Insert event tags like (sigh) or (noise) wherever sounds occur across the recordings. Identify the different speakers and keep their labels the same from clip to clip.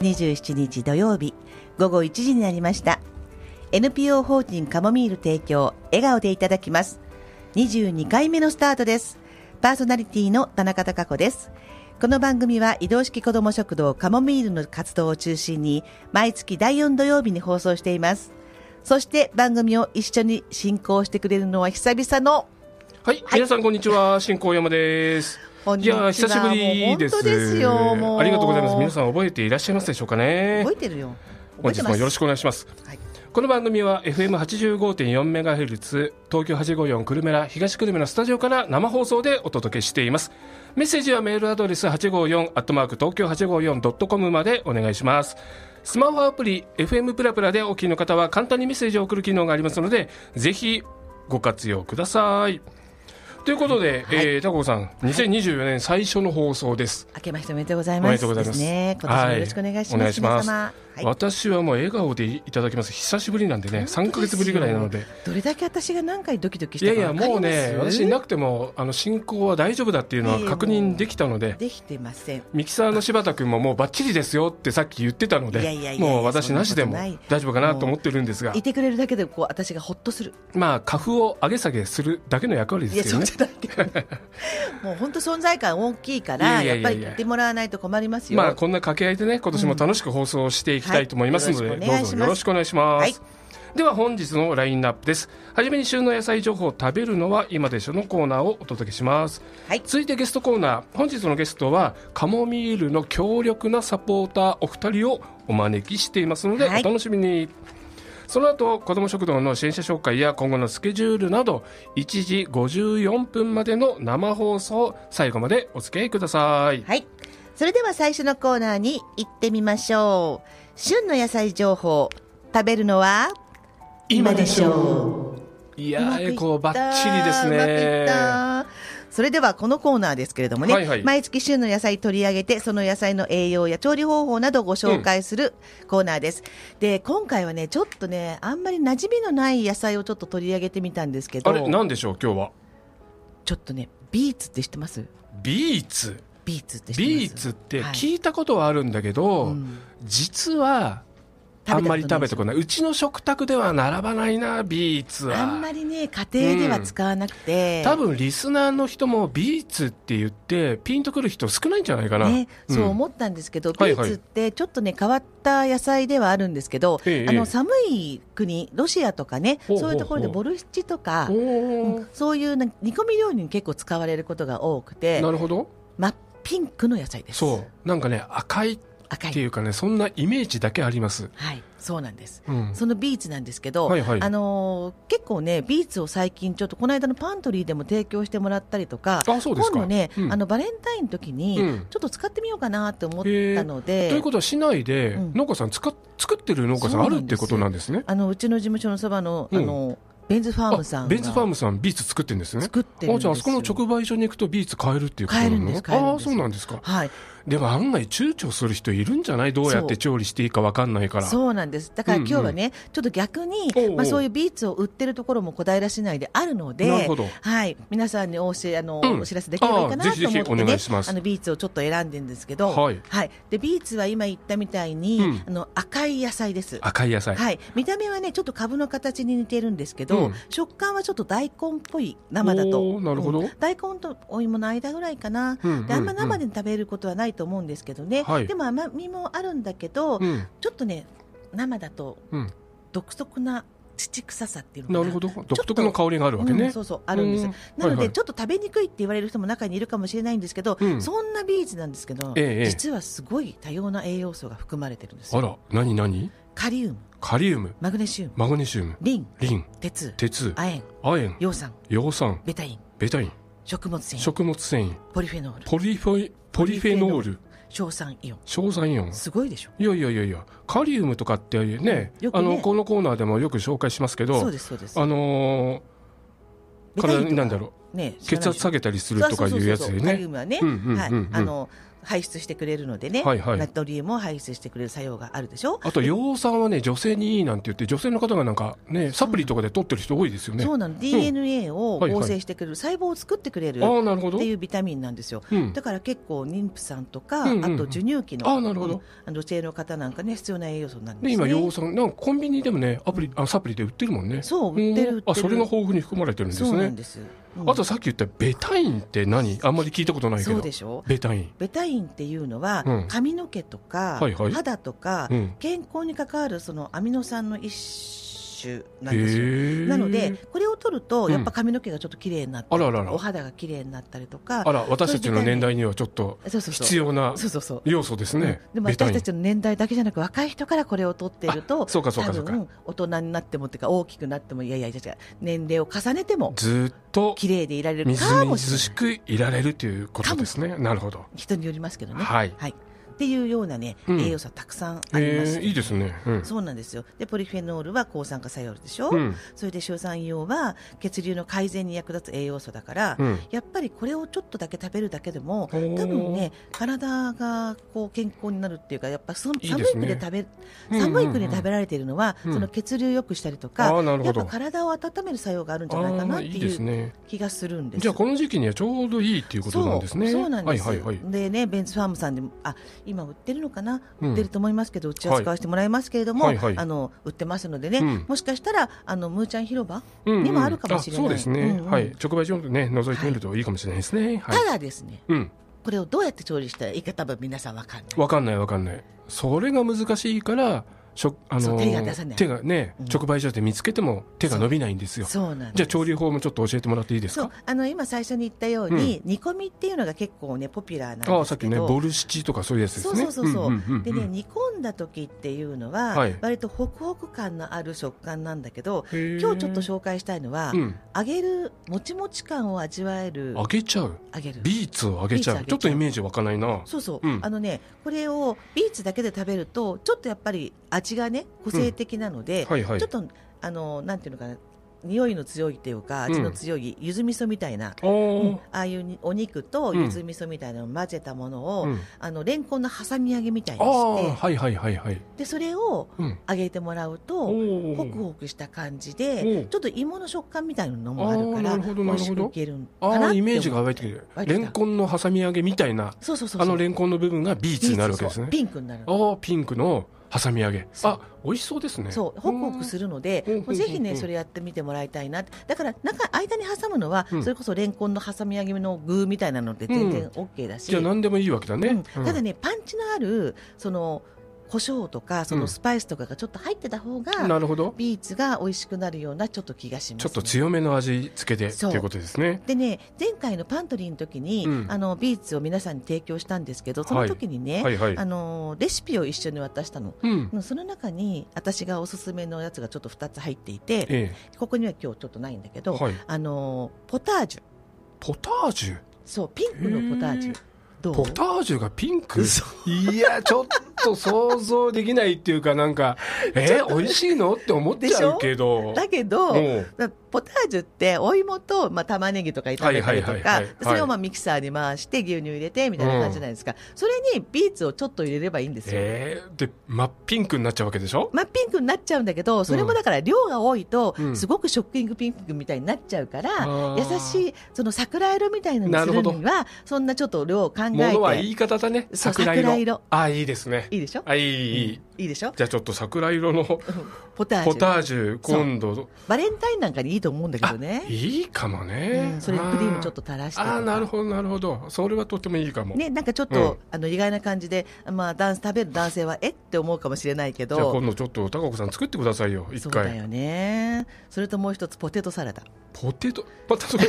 Speaker 1: 27日土曜日午後1時になりました NPO 法人カモミール提供笑顔でいただきます22回目のスタートですパーソナリティの田中貴子ですこの番組は移動式子ども食堂カモミールの活動を中心に毎月第4土曜日に放送していますそして番組を一緒に進行してくれるのは久々の
Speaker 2: はい、皆さんこんに
Speaker 1: (laughs)
Speaker 2: ちは、新高山です。
Speaker 1: こんに
Speaker 2: い
Speaker 1: ちは
Speaker 2: やー、久しぶりです。
Speaker 1: もう本当ですよもう
Speaker 2: ありがとうございます。皆さん覚えていらっしゃいますでしょうかね
Speaker 1: 覚。えてるよ
Speaker 2: 本日もよろしくお願いします。
Speaker 1: はい
Speaker 2: この番組は FM85.4 メガヘルツ東京854久留米ら東久留米のスタジオから生放送でお届けしています。メッセージはメールアドレス854アットマーク東京 854.com までお願いします。スマホアプリ FM プラプラでお聞きの方は簡単にメッセージを送る機能がありますので、ぜひご活用ください。ということで、えー、タコさん、2024年最初の放送です。
Speaker 1: 明けましておめでとうござい
Speaker 2: お
Speaker 1: ます。
Speaker 2: めでとうございます。
Speaker 1: でね、今年もよろしくお願いします。
Speaker 2: はお願いします
Speaker 1: 皆様はい
Speaker 2: 私はもう笑顔でいただきます。久しぶりなんでね、3ヶ月ぶりぐらいなので。
Speaker 1: どれだけ私が何回ドキドキし
Speaker 2: い
Speaker 1: た
Speaker 2: や
Speaker 1: か
Speaker 2: いや、
Speaker 1: 分かり
Speaker 2: もう
Speaker 1: ます
Speaker 2: ね、私いなくても、あの、進行は大丈夫だっていうの
Speaker 1: い
Speaker 2: は
Speaker 1: やいや
Speaker 2: 確認できたので、
Speaker 1: できてません。
Speaker 2: ミキサーの柴田君ももうバッチリですよってさっき言ってたの
Speaker 1: いやいやいや
Speaker 2: で、
Speaker 1: いや
Speaker 2: もう私なしでも
Speaker 1: そんなことない
Speaker 2: 大丈夫かなと思ってるんですが
Speaker 1: い、てくれるだけでこう私がほっとする。
Speaker 2: まあ、花粉を上げ下げするだけの役割
Speaker 1: いや
Speaker 2: です
Speaker 1: そ
Speaker 2: よ
Speaker 1: う
Speaker 2: ね
Speaker 1: じ。ゃないけど、もう本当存在感大きいから
Speaker 2: いやいやいやいや
Speaker 1: やっぱりいてもらわないと困りますよ。
Speaker 2: まあ、こんな掛け合いでね、今年も楽しく放送していきたいと思いますので、
Speaker 1: うんはい
Speaker 2: どうぞよろしくお願いします。
Speaker 1: はい
Speaker 2: では本日のラインナップです。はじめに旬の野菜情報を食べるのは今でしょのコーナーをお届けします。
Speaker 1: はい
Speaker 2: 続いてゲストコーナー。本日のゲストは、カモミールの強力なサポーターお二人をお招きしていますので、
Speaker 1: はい
Speaker 2: お楽しみに。その後、子ども食堂の支援者紹介や今後のスケジュールなど、1時54分までの生放送、最後までお付き合いください。
Speaker 1: はい。それでは最初のコーナーに行ってみましょう。旬の野菜情報食べるのは今でしょう。
Speaker 2: いうや
Speaker 1: まくい
Speaker 2: ー、
Speaker 1: った
Speaker 2: エコーばっちりです
Speaker 1: うまくいっ
Speaker 2: ね。
Speaker 1: たそれではこのコーナーですけれどもね、
Speaker 2: はいはい
Speaker 1: 毎月旬の野菜取り上げて、その野菜の栄養や調理方法などをご紹介するコーナーです。で、今回はね、ちょっとね、あんまり馴染みのない野菜をちょっと取り上げてみたんですけど、
Speaker 2: あれ、なんでしょう、今日は。
Speaker 1: ちょっとね、ビーツって知ってます
Speaker 2: ビーツ。
Speaker 1: ビーツって知ってます
Speaker 2: ビーツって
Speaker 1: はい
Speaker 2: 聞いたことはあるんだけど、
Speaker 1: うん
Speaker 2: 実は、あんまり食べてこない。うちの食卓では並ばないな、ビーツは。
Speaker 1: あんまりね、家庭では使わなくて、
Speaker 2: 多分、リスナーの人もビーツって言って、ピンとくる人少ないんじゃないかな。
Speaker 1: ね、
Speaker 2: ん
Speaker 1: そう思ったんですけど、
Speaker 2: はい
Speaker 1: ビ
Speaker 2: はい
Speaker 1: ーツってちょっとね、変わった野菜ではあるんですけど、
Speaker 2: ええ
Speaker 1: あ
Speaker 2: ええ
Speaker 1: の寒い国、ロシアとかね、
Speaker 2: ほうほうほう
Speaker 1: そういうところでボルシチとか、
Speaker 2: おー
Speaker 1: そういうな煮込み料理に結構使われることが多くて
Speaker 2: な、るほど。
Speaker 1: 真っピンクの野菜です。
Speaker 2: そう。なんかね、赤いっ
Speaker 1: 赤
Speaker 2: てい
Speaker 1: い。
Speaker 2: うかね、そんなイメージだけあります。
Speaker 1: はい、そうなんです。
Speaker 2: うん。
Speaker 1: そのビーツなんですけど、
Speaker 2: はいはい
Speaker 1: あのー結構ね、ビーツを最近、ちょっとこの間のパントリーでも提供してもらったりとか、
Speaker 2: あ、そうです
Speaker 1: 今
Speaker 2: か。
Speaker 1: 度ね、
Speaker 2: うん
Speaker 1: あのバレンタインの時に、
Speaker 2: うん
Speaker 1: ちょっと使ってみようかなと思ったので、
Speaker 2: ということは市内で
Speaker 1: うん
Speaker 2: 農家さん使っ作ってる農家さんあるってことなんですね。
Speaker 1: あのうちの事務所のそばの,、
Speaker 2: うん
Speaker 1: あのベンズファームさん
Speaker 2: あ
Speaker 1: が
Speaker 2: ベンツファームさんビーツ作ってるんですね。
Speaker 1: 作ってるん
Speaker 2: あ
Speaker 1: です
Speaker 2: じゃ
Speaker 1: よ
Speaker 2: ああそこの直売所に行くとビーツ買えるっていうことなの
Speaker 1: 買えるんです買えるん
Speaker 2: あ
Speaker 1: で
Speaker 2: あ
Speaker 1: す
Speaker 2: そうなんですか。
Speaker 1: はい、
Speaker 2: でも案外躊躇する人いるんじゃないどうやって調理していいかわかんないから。
Speaker 1: そうなんですだから
Speaker 2: うんう
Speaker 1: 今
Speaker 2: ん
Speaker 1: 日はね、ちょっと逆に
Speaker 2: おうおう
Speaker 1: まあ、そういうビーツを売ってるところも小平市内であるので
Speaker 2: なるほど
Speaker 1: はい、皆さんにお教えあの、
Speaker 2: うん
Speaker 1: お知らせできればいいかなと
Speaker 2: あーぜ
Speaker 1: 思
Speaker 2: ひ
Speaker 1: って、
Speaker 2: ぜひ
Speaker 1: ね、
Speaker 2: お願いします
Speaker 1: あのビーツをちょっと選んでるんですけど、
Speaker 2: はい
Speaker 1: でビーツは今言ったみたいに、
Speaker 2: うん
Speaker 1: あの赤い野菜です。
Speaker 2: 赤い野菜。
Speaker 1: はい、見た目はねちょっと株の形に似てるんですけど、
Speaker 2: うん
Speaker 1: 食感はちょっと大根っぽい生だと
Speaker 2: おーなるほど
Speaker 1: うん大根とお芋の間ぐらいかな、
Speaker 2: うんうん
Speaker 1: であんま生
Speaker 2: うん
Speaker 1: で食べることはないと思うんですけどね、
Speaker 2: はい
Speaker 1: でも甘みもあるんだけど、
Speaker 2: うん
Speaker 1: ちょっとね生だと
Speaker 2: うん
Speaker 1: 独特な土臭さっていうのか
Speaker 2: なるほど独特の香りがあるわけ
Speaker 1: う
Speaker 2: ね。
Speaker 1: ん、そうそうあるんです、
Speaker 2: うん
Speaker 1: なの
Speaker 2: はいは
Speaker 1: で
Speaker 2: い
Speaker 1: ちょっと食べにくいって言われる人も中にいるかもしれないんですけど、
Speaker 2: うん
Speaker 1: そんなビーツなんですけど、
Speaker 2: ええ
Speaker 1: 実はすごい多様な栄養素が含まれてるんです
Speaker 2: あ
Speaker 1: よ
Speaker 2: ら何何
Speaker 1: カリウム
Speaker 2: カリウム
Speaker 1: マグネシウム
Speaker 2: マグネシウム
Speaker 1: リン
Speaker 2: リン
Speaker 1: 鉄
Speaker 2: 鉄
Speaker 1: 亜鉛
Speaker 2: 亜鉛
Speaker 1: 葉酸
Speaker 2: 葉酸
Speaker 1: ベタイン
Speaker 2: ベタイン
Speaker 1: 食物繊維
Speaker 2: 食物繊維
Speaker 1: ポリフェノール
Speaker 2: ポリフェポリフェノール
Speaker 1: 硝酸イオン
Speaker 2: 硝酸イオン
Speaker 1: すごいでしょ
Speaker 2: いやいやいやいや、カリウムとかってね、
Speaker 1: よくね
Speaker 2: あのこのコーナーでもよく紹介しますけ
Speaker 1: そ
Speaker 2: ど
Speaker 1: う、ですそうです
Speaker 2: あの
Speaker 1: ベ
Speaker 2: ー、
Speaker 1: タインと
Speaker 2: 体
Speaker 1: か
Speaker 2: になんだろ
Speaker 1: ね
Speaker 2: う、血圧下
Speaker 1: げ
Speaker 2: げたりするとかいうやつで
Speaker 1: カリ
Speaker 2: ね
Speaker 1: ウ。ムはね
Speaker 2: うんうんうんうん
Speaker 1: はいあの排出してくれるのでね、
Speaker 2: はいはい
Speaker 1: ナトリウムを排出してくれる作用があるでしょ、
Speaker 2: あと葉酸はね女性にいいなんて言って女性の方がなんかねサプリとかで取ってる人多いですよね
Speaker 1: そうなの、DNA を
Speaker 2: はいはい
Speaker 1: 合成してくれる、細胞を作ってくれる
Speaker 2: ああなるほど
Speaker 1: っていうビタミンなんですよ、
Speaker 2: うん
Speaker 1: だから結構妊婦さんとか、
Speaker 2: うんうんうん
Speaker 1: あと授乳期の
Speaker 2: ああなるほど
Speaker 1: うんあの女性の方なんかね必要な栄養素になるんで
Speaker 2: です
Speaker 1: ね
Speaker 2: 今葉酸なんかコンビニでもねアプリあサプリで売ってるもんね
Speaker 1: そう売ってる
Speaker 2: うん
Speaker 1: 売ってる
Speaker 2: あそれが豊富に含まれてるんです
Speaker 1: そうな
Speaker 2: ね
Speaker 1: んです、うん
Speaker 2: あとさっき言ったベタインって何あんまり聞いたことないけ
Speaker 1: そう
Speaker 2: ど
Speaker 1: でしょ
Speaker 2: ベタイン
Speaker 1: ベタインっていうのは、
Speaker 2: うん
Speaker 1: 髪の毛とか、
Speaker 2: はいはい
Speaker 1: 肌とか、
Speaker 2: うん
Speaker 1: 健康に関わるそのアミノ酸の一種なんですよ
Speaker 2: へえ
Speaker 1: なのでこれを取ると
Speaker 2: うん
Speaker 1: やっぱ髪の毛がちょっと綺麗になった
Speaker 2: あ
Speaker 1: り
Speaker 2: ら
Speaker 1: とから
Speaker 2: ああら
Speaker 1: お肌が綺麗になったりとか
Speaker 2: あら私たちの年代にはちょっと
Speaker 1: そうそうそう
Speaker 2: 必要な
Speaker 1: そうそうそう
Speaker 2: 要素ですね
Speaker 1: うんでも
Speaker 2: ベタ
Speaker 1: 私
Speaker 2: イン
Speaker 1: たちの年代だけじゃなく若い人からこれを取っていると
Speaker 2: あそうかそうか
Speaker 1: 多
Speaker 2: そうか
Speaker 1: 分大人になってもっていうか大きくなってもいやいやいやいや年齢を重ねても
Speaker 2: ずっと
Speaker 1: 綺麗でいられ
Speaker 2: み
Speaker 1: る
Speaker 2: ず
Speaker 1: かも
Speaker 2: み
Speaker 1: しれ
Speaker 2: ずし
Speaker 1: ない
Speaker 2: くいられるということですねなるほど
Speaker 1: 人によりますけどね。
Speaker 2: はい
Speaker 1: はい、っていうようなね、
Speaker 2: うん
Speaker 1: 栄養素はたくさんありま
Speaker 2: え
Speaker 1: す、
Speaker 2: ーいいですねうん
Speaker 1: そうなんですよでポリフェノールは抗酸化作用でしょ、
Speaker 2: うん
Speaker 1: それで硝酸硫黄は血流の改善に役立つ栄養素だから、
Speaker 2: うん
Speaker 1: やっぱりこれをちょっとだけ食べるだけでも
Speaker 2: お
Speaker 1: 多
Speaker 2: ー
Speaker 1: 分ね体がこう健康になるっていうかやっぱそ
Speaker 2: いい
Speaker 1: 寒
Speaker 2: で
Speaker 1: い
Speaker 2: すね
Speaker 1: 国で食べ
Speaker 2: うんうんうん
Speaker 1: 寒い国で食べられているのは、
Speaker 2: うん
Speaker 1: その血流を良くしたりと
Speaker 2: あ
Speaker 1: か、
Speaker 2: ーなる
Speaker 1: や
Speaker 2: ほ
Speaker 1: っ
Speaker 2: ど
Speaker 1: ぱ体を温める作用があるんじゃないかなって
Speaker 2: あーいいで
Speaker 1: い
Speaker 2: す
Speaker 1: う
Speaker 2: ね
Speaker 1: 気がするんです。
Speaker 2: じゃあこの時期にはちょうどいいっていうことなんですね
Speaker 1: そうそうなんです、
Speaker 2: はいはいはい
Speaker 1: でねベンツファームさんでもあ今売ってるのかな
Speaker 2: うん
Speaker 1: 売ってると思いますけど、うちは使わせてもらいますけれども、
Speaker 2: はいはい
Speaker 1: あの売ってますのでね、
Speaker 2: うん
Speaker 1: もしかしたらあのムーちゃん広場、
Speaker 2: うんうん
Speaker 1: にもあるかもしれない
Speaker 2: あそうですね、
Speaker 1: うんうん
Speaker 2: はい直売所もね覗いてみるといいかもしれないですね、はい、
Speaker 1: ただですね
Speaker 2: うん
Speaker 1: これをどうやって調理したらいいか多分皆さんわかんない
Speaker 2: わかんないわかんないそれが難しいからしょあ
Speaker 1: そう
Speaker 2: の
Speaker 1: 手が出せない
Speaker 2: 手がね、
Speaker 1: うん
Speaker 2: 直売所で見つけても手が伸びないんですよ
Speaker 1: そうなんです
Speaker 2: じゃあ調理法もちょっと教えてもらっていいです
Speaker 1: そう
Speaker 2: か
Speaker 1: あの今最初に言ったように、煮込みっていうのが結構ねポピュラーなんですけど
Speaker 2: ああさっきねボルシチとかそういうやつで
Speaker 1: そ
Speaker 2: す
Speaker 1: う
Speaker 2: ね
Speaker 1: そうそうそう,、
Speaker 2: んんんん
Speaker 1: でね煮込んだ時っていうのは、
Speaker 2: はい
Speaker 1: 割とホクホク感のある食感なんだけど
Speaker 2: へー
Speaker 1: 今日ちょっと紹介したいのは、
Speaker 2: うん
Speaker 1: 揚げるもちもち感を味わえる
Speaker 2: 揚げちゃう
Speaker 1: 揚げる
Speaker 2: ビーツを揚げちゃう
Speaker 1: ビーツ揚げちゃう
Speaker 2: ちょっとイメージ湧かないな
Speaker 1: そうそう、
Speaker 2: うん
Speaker 1: あのねこれをビーツだけで食べるとちょっとやっぱり味がね個性的なので、
Speaker 2: はいはい
Speaker 1: ちょっとあのなんていうのかな匂いの強いっていうか
Speaker 2: うん
Speaker 1: 味の強いゆず味噌みたいな、
Speaker 2: あー
Speaker 1: ああいうにお肉と
Speaker 2: うん
Speaker 1: ゆず味噌みたいなのを混ぜたものを、
Speaker 2: うん
Speaker 1: あのレンコンの挟み揚げみたいに
Speaker 2: あー
Speaker 1: して
Speaker 2: はいはいはいはい
Speaker 1: でそれを
Speaker 2: うん
Speaker 1: 揚げてもらうと、
Speaker 2: おー
Speaker 1: ホクホクした感じ
Speaker 2: お
Speaker 1: で
Speaker 2: う
Speaker 1: ちょっと芋の食感みたいなのもあるか
Speaker 2: あーな
Speaker 1: ら
Speaker 2: るほど
Speaker 1: 美
Speaker 2: なるほど
Speaker 1: 味しくいけるんかなって
Speaker 2: あ
Speaker 1: 思
Speaker 2: あ
Speaker 1: う
Speaker 2: イメージが湧いてくる
Speaker 1: 湧いて
Speaker 2: レ
Speaker 1: きた
Speaker 2: ンコンの挟み揚げみたいな
Speaker 1: そうそうそう
Speaker 2: あのレンコンの部分がビーツになるわけです
Speaker 1: そ
Speaker 2: ね
Speaker 1: うそうピンクになる
Speaker 2: ああピンクの挟み揚げ
Speaker 1: そう
Speaker 2: あ美味しそうですね
Speaker 1: そうホクホクす
Speaker 2: る
Speaker 1: るので
Speaker 2: うん
Speaker 1: もうぜひ
Speaker 2: うんうんう
Speaker 1: ね
Speaker 2: ん
Speaker 1: それやってみてもらいたいなってだから中間に挟むのは
Speaker 2: うん
Speaker 1: それこそレンコンの挟み揚げの具みたいなので全
Speaker 2: うん
Speaker 1: 然 OK だし
Speaker 2: じゃあ何でもいいわけだ
Speaker 1: う
Speaker 2: ね
Speaker 1: んただねパンチのあるその胡椒とかそうの
Speaker 2: ん
Speaker 1: スパイスとかがちょっと入ってた方
Speaker 2: うんな
Speaker 1: が
Speaker 2: るほど
Speaker 1: ビーツが美味しくなるようなちょっと気がします
Speaker 2: ちょ
Speaker 1: ね
Speaker 2: っと強めの味付けでって
Speaker 1: そう
Speaker 2: いうことですね
Speaker 1: でね前回のパントリーの時に、
Speaker 2: うん
Speaker 1: あのビーツを皆さんに提供したんですけどその時にね、
Speaker 2: はいはい
Speaker 1: あのレシピを一緒に渡したの、
Speaker 2: うん
Speaker 1: うんその中に私がおすすめのやつがちょっと2つ入っていて
Speaker 2: え
Speaker 1: ここには今日ちょっとないんだけ
Speaker 2: え
Speaker 1: ど、
Speaker 2: はい
Speaker 1: あのポタージュ
Speaker 2: ポタージュ
Speaker 1: そうピンクのポタージ
Speaker 2: へ
Speaker 1: ュ
Speaker 2: ー
Speaker 1: どう
Speaker 2: ポタージュがピンク
Speaker 1: 嘘
Speaker 2: いやちょっと想像できないっていうかなん
Speaker 1: (laughs)
Speaker 2: かえー美味しいのって思っちゃうけど
Speaker 1: だけど
Speaker 2: も
Speaker 1: だポタージュってお芋と、まあ、玉ねぎとか炒めたりと
Speaker 2: はいはいはい
Speaker 1: か
Speaker 2: はい
Speaker 1: それをまあミキサーに回して牛乳入れてみたいな感じじゃないですか、それにビーツをちょっと入れればいいんですよ。
Speaker 2: えーで真っピンクになっちゃうわけでしょ
Speaker 1: まあ、ピンクになっちゃうんだけどそれもだから量が多いと
Speaker 2: うん
Speaker 1: すごくショッキングピンクみたいになっちゃうから、
Speaker 2: あー
Speaker 1: 優しいその桜色みたいな
Speaker 2: な
Speaker 1: の
Speaker 2: る
Speaker 1: に
Speaker 2: ほ
Speaker 1: す
Speaker 2: ど
Speaker 1: るにはそんなちょっと量を考えて
Speaker 2: ものは言い方だね
Speaker 1: そう
Speaker 2: 桜色
Speaker 1: 桜色
Speaker 2: あいいですね
Speaker 1: いいでしょ
Speaker 2: あいいいい
Speaker 1: いいでしょ
Speaker 2: じゃあちょっと桜色の
Speaker 1: ポタージュ
Speaker 2: ポタージュ今度
Speaker 1: バレンタインなんかにいいと思うんだけどね、
Speaker 2: いいかもね、
Speaker 1: うんそれにクリームちょっと垂らして
Speaker 2: あーあーなる
Speaker 1: とか
Speaker 2: ほどなるほどそれはとてもいいかも、
Speaker 1: ね、なんかちょっ
Speaker 2: うん
Speaker 1: と、あの意外な感じで、まあ、ダンス食べる男性はえって思うかもしれないけ
Speaker 2: じゃあ
Speaker 1: ど
Speaker 2: 今度ちょっと高子さん作ってくださいよ一
Speaker 1: そうだ
Speaker 2: 回
Speaker 1: よねそれともう一つポテトサラダ
Speaker 2: ポテトまたそれ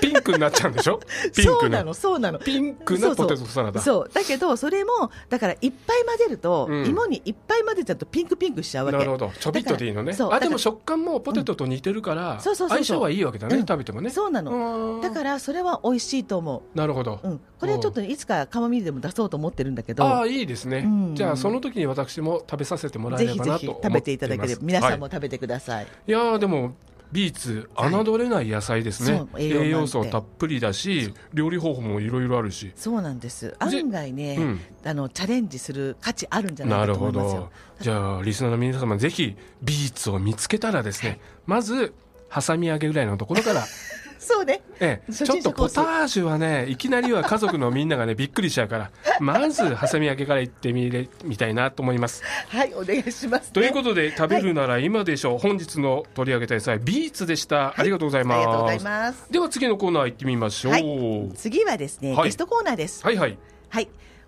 Speaker 2: ピンクになっちゃうんでしょピン
Speaker 1: (laughs) そ
Speaker 2: ク
Speaker 1: うな
Speaker 2: な
Speaker 1: のそうなの
Speaker 2: ピンクなポテトサラダ
Speaker 1: そうだけどそれもだからいっぱい混ぜると、
Speaker 2: うん
Speaker 1: 芋にいっぱい混ぜちゃうとピンクピンクしちゃうわけ
Speaker 2: なるほどちょびっとでいいのね
Speaker 1: だからそう
Speaker 2: あでも
Speaker 1: だか
Speaker 2: 食感もポテトと似てるから、
Speaker 1: そうそうそうそう
Speaker 2: 相性はいいわけだね、
Speaker 1: うん
Speaker 2: 食べてもね
Speaker 1: そうなの、
Speaker 2: の
Speaker 1: だからそれは美味しいと思
Speaker 2: なるほど、
Speaker 1: う、うん、これはちょっといつかカモミールでも出そうと思ってるんだけ
Speaker 2: あ
Speaker 1: ど
Speaker 2: あいいですね、
Speaker 1: うん
Speaker 2: じゃあその時に私も食べさせてもらえ
Speaker 1: ぜ
Speaker 2: れ
Speaker 1: ひ
Speaker 2: ば
Speaker 1: ぜ
Speaker 2: な
Speaker 1: ひ
Speaker 2: と思っていま
Speaker 1: 食
Speaker 2: す
Speaker 1: べていただければ皆さん
Speaker 2: は
Speaker 1: も食べてください、
Speaker 2: い、いやーでもビーツ侮れない野菜ですね、
Speaker 1: そう栄
Speaker 2: 栄
Speaker 1: 養
Speaker 2: 養
Speaker 1: 満点
Speaker 2: 素たっぷりだし料理方法もいろいろあるし
Speaker 1: そうなんです案外ね、
Speaker 2: うん
Speaker 1: あのチャレンジする価値あるんじゃな
Speaker 2: ない
Speaker 1: かと
Speaker 2: る
Speaker 1: 思
Speaker 2: ほ
Speaker 1: いますよ
Speaker 2: どじゃあリスナーの皆様ぜひビーツを見つけたらですね、まずハサミ揚げぐらいのところから、
Speaker 1: (laughs) そうね
Speaker 2: ええ、
Speaker 1: そっ
Speaker 2: ち
Speaker 1: ち
Speaker 2: ょ
Speaker 1: に
Speaker 2: っとポタージュはねいきなりは家族のみんながねびっくりしちゃうからまずハサミ揚げから行ってみれみたいなと思います
Speaker 1: はいお願いします、ね、
Speaker 2: ということで食べるなら今でしょう、本日の取り上げた野菜ビーツでした、ありがとうござい
Speaker 1: あ
Speaker 2: ま
Speaker 1: りがとうござい
Speaker 2: す
Speaker 1: ます
Speaker 2: では次のコーナー行ってみましょう
Speaker 1: は
Speaker 2: はいい、
Speaker 1: 次はですね、
Speaker 2: はい
Speaker 1: ゲストコーナーです
Speaker 2: はい
Speaker 1: はい、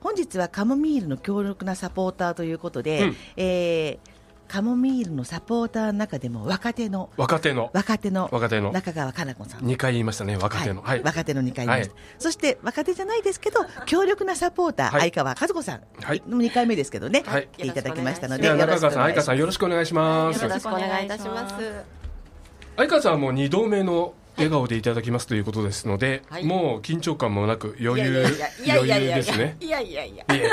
Speaker 1: 本日はカモミールの強力なサポーターということで、
Speaker 2: うん
Speaker 1: えーカモミールのサポーターの中でも若手の
Speaker 2: 若手の
Speaker 1: 若手の
Speaker 2: 若手の
Speaker 1: 中川かな子さん。
Speaker 2: 2回言いましたね若手のはい、
Speaker 1: 若手の2回目です、
Speaker 2: は
Speaker 1: そして若手じゃないですけど強力なサポーター、
Speaker 2: はい
Speaker 1: 相川和子さん
Speaker 2: はい
Speaker 1: の2回目ですけどね、
Speaker 2: はい
Speaker 1: 来ていただきましたの
Speaker 2: で
Speaker 1: で
Speaker 2: は
Speaker 1: よろ
Speaker 2: 中
Speaker 1: しくお
Speaker 2: 川さん
Speaker 1: 願いしま
Speaker 2: 相川
Speaker 1: す
Speaker 2: さんよろしくお願いします
Speaker 3: よろしくお願いいたします。
Speaker 2: 相川さんはもう2度目の笑顔でいただきますということですので、
Speaker 3: はい
Speaker 2: もう緊張感もなく余
Speaker 3: い
Speaker 2: 裕
Speaker 3: やい
Speaker 2: 余
Speaker 3: や
Speaker 2: 裕
Speaker 3: いや
Speaker 2: で
Speaker 3: いや
Speaker 2: す
Speaker 3: いや
Speaker 2: ね
Speaker 3: いやいやいや。
Speaker 2: いえ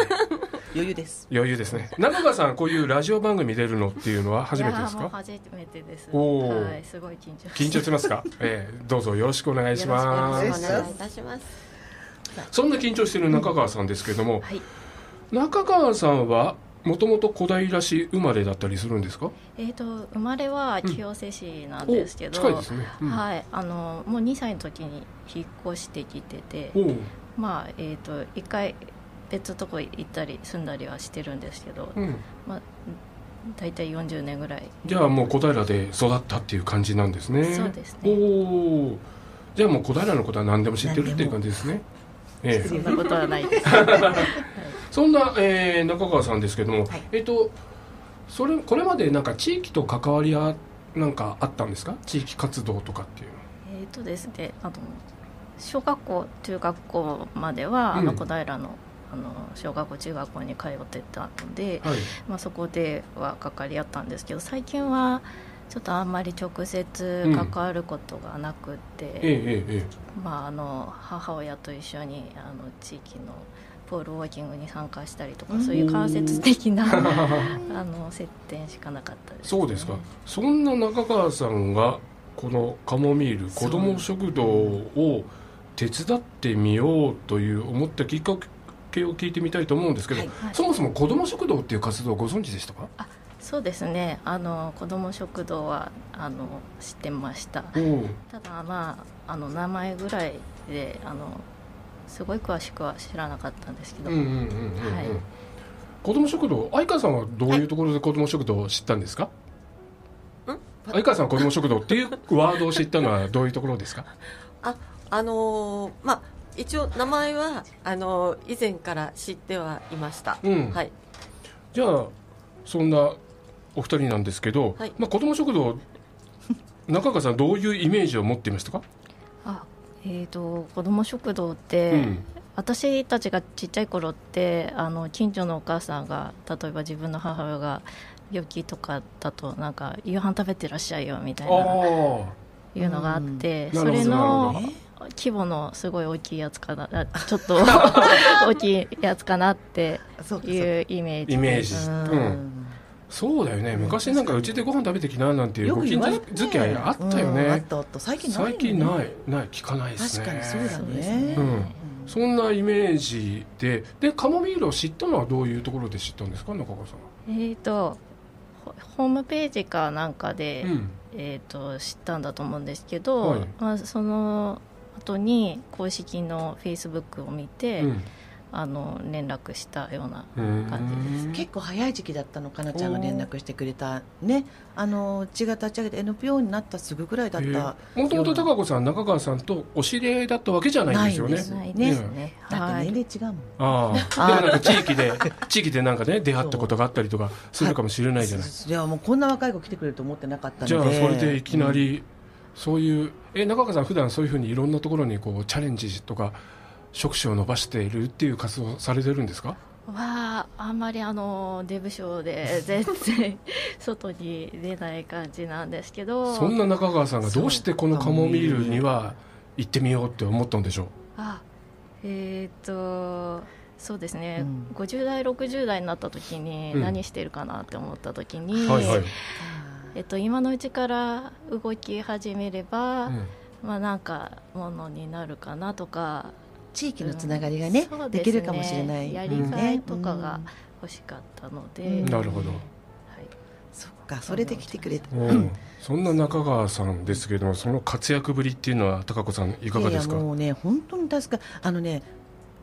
Speaker 1: 余裕です
Speaker 2: 余裕ですね中川さんこういうラジオ番組出るのっていうのは初めてです
Speaker 3: いやもう
Speaker 2: か
Speaker 3: 初めてです。
Speaker 2: おー
Speaker 3: はい、すごい緊張。
Speaker 2: 緊張してますか、ええどうぞよろしくお願いしま
Speaker 3: よろ
Speaker 2: す
Speaker 3: しくお願いいたします。
Speaker 2: そんな緊張してる中川さんですけれども、
Speaker 3: (laughs) はい。
Speaker 2: 中川さんはもともと小平市生まれだったりするんですか
Speaker 3: えっ、と生まれは清瀬市なんですけど、
Speaker 2: お近いですね、うん
Speaker 3: はい、あのもう2歳の時に引っ越してきてて、
Speaker 2: おう
Speaker 3: まあえっ、と一回別のとこ行ったり住んだりはしてるんですけど、
Speaker 2: うん
Speaker 3: まあだいたい40年ぐらい。
Speaker 2: じゃあもう小平で育ったっていう感じなんですね
Speaker 3: そうですね
Speaker 2: おおじゃあもう小平のことは何でも知ってるっていう感じですねえ
Speaker 3: そ
Speaker 2: え、
Speaker 3: んなことはない
Speaker 2: (laughs)
Speaker 3: です。
Speaker 2: そんな、えー中川さんですけども、
Speaker 1: はい
Speaker 2: えっ、とそれこれまでなんか地域と関わりはなんかあったんですか地域活動とかっていうのは
Speaker 3: えーとですね、あの小学校中学校までは、
Speaker 2: うん
Speaker 3: あの小平のあの小学校中学校に通ってたので、
Speaker 2: はい
Speaker 3: まあ、そこでは関わり合ったんですけど最近はちょっとあんまり直接関わることがなく
Speaker 2: ええ
Speaker 3: て、
Speaker 2: えええ
Speaker 3: まあ、あの母親と一緒にあの地域のポールウォーキングに参加したりとか、
Speaker 1: うん
Speaker 3: そういう間接的
Speaker 2: (laughs)
Speaker 3: な
Speaker 2: え
Speaker 3: あの接点しかなかったです、
Speaker 2: そうですかそんな中川さんがこのカモミール
Speaker 3: そ
Speaker 2: 子
Speaker 3: う
Speaker 2: ども食堂を手伝ってみようという思ったきっかけを聞いてみたいと思うんですけど、
Speaker 1: はい
Speaker 3: はい
Speaker 2: そもそも子ども食堂っていう活動をご存知でしたか
Speaker 3: そうですねあの子ども食堂はあの知ってました
Speaker 2: おう
Speaker 3: ただまああの名前ぐらいであのすごい詳しくは知らなかったんですけど、
Speaker 2: うんうんうんうんうん、
Speaker 3: はい
Speaker 2: 子ども食堂相川さんはどういうところで子ども食堂を知ったんですか、相川さんは子ども食堂っていうワードを知ったのはどういうところですか
Speaker 4: あのーまあ一応名前はあのー以前から知ってはいました、
Speaker 2: うん
Speaker 4: はい
Speaker 2: じゃあそんなお二人なんですけど、
Speaker 4: はい
Speaker 2: まあ、子ども食
Speaker 1: (laughs)
Speaker 2: 堂中川さんどういうイメージを持っていましたか、
Speaker 3: あえっ、と子ども食堂って、
Speaker 2: うん
Speaker 3: 私たちがちっちゃい頃ってあの近所のお母さんが例えば自分の母親が病気とかだとなんか夕飯食べてらっしゃいよみたいな
Speaker 2: あ
Speaker 3: いうのがあって、
Speaker 2: うん
Speaker 3: それ
Speaker 2: なるほどなるほ
Speaker 3: の
Speaker 2: ど
Speaker 1: え
Speaker 3: 規模のすごい大きいや
Speaker 2: (laughs)
Speaker 3: つかなあちょっと大きいやつかなって
Speaker 1: そうか
Speaker 3: い
Speaker 1: そう
Speaker 3: うイメージ
Speaker 2: イメー
Speaker 3: です
Speaker 2: ジ
Speaker 1: か
Speaker 2: う
Speaker 1: うんん
Speaker 2: そうだよね昔なんかうちでご飯食べてきななんていう
Speaker 1: よ
Speaker 2: ご
Speaker 1: く
Speaker 2: 近
Speaker 1: 言われ
Speaker 2: 所
Speaker 1: て
Speaker 2: 付き合いあったよ
Speaker 1: うんあっ
Speaker 2: ね、
Speaker 1: たあった最近ないよね
Speaker 2: 最近ないない聞かないですね
Speaker 1: 確かにそうだ
Speaker 3: そう
Speaker 1: ね
Speaker 3: ですね、
Speaker 2: うん
Speaker 1: うん
Speaker 2: そんなイメージででカモミールを知ったのはどういうところで知ったんですか中川さんは
Speaker 3: えー、とホホームページかなんかで、
Speaker 2: うん
Speaker 3: えー、と知ったんだと思うんですけど、
Speaker 2: はい
Speaker 3: まあ、その後に公式のフェイスブックを見て、あの連絡したような
Speaker 2: うん
Speaker 3: 感
Speaker 2: うん
Speaker 1: 結構早い時期だったのかなちゃんが連絡してくれたねあの血が立ち上げて NPO になったすぐぐらいだった、
Speaker 2: えーもともと高子さん中川さんとお知り合いだったわけじゃないんですよ
Speaker 1: な
Speaker 2: ね
Speaker 1: いんです
Speaker 3: ないですね
Speaker 1: だっ
Speaker 3: は
Speaker 1: て
Speaker 3: い、
Speaker 1: 年齢違うもん、
Speaker 2: ああでもなんか地域で地域でなんかね出会ったことがあったりとかするかもしれないじゃない
Speaker 1: いやもうこんな若い子来てくれると思ってなかったので
Speaker 2: じゃあそれでいきなりそういうえ中川さん普段そういうふうにいろんなところにこうチャレンジとか触手を伸ばしているっていう活動をされてるんですか
Speaker 3: はあんまりあのデブ症で全然外に出ない感じなんですけど
Speaker 2: そんな中川さんがどうしてこのカモミールには行ってみようって思ったんでしょう
Speaker 3: あえっ、とそうですね、
Speaker 1: うん
Speaker 3: 50代60代になった時に
Speaker 2: うん
Speaker 3: 何してるかなって思った時に、
Speaker 2: はいはい、
Speaker 1: あ
Speaker 3: えっと、今のうちから動き始めれば、
Speaker 2: うん
Speaker 3: まあ、なんかものになるかなとか
Speaker 1: 地域のつながりがね、
Speaker 3: そう
Speaker 1: ですき
Speaker 3: ね
Speaker 1: るかもしれない、
Speaker 3: やりがいとか
Speaker 1: う
Speaker 3: が
Speaker 1: ん
Speaker 3: 欲しかったので、
Speaker 1: うん
Speaker 2: なるほど
Speaker 3: はい、
Speaker 1: そっかそれで来てくれた
Speaker 2: おうそんな中川さんですけれどもその活躍ぶりっていうのは高子さんいかがですか
Speaker 1: いやいやもうね本当に助かあのね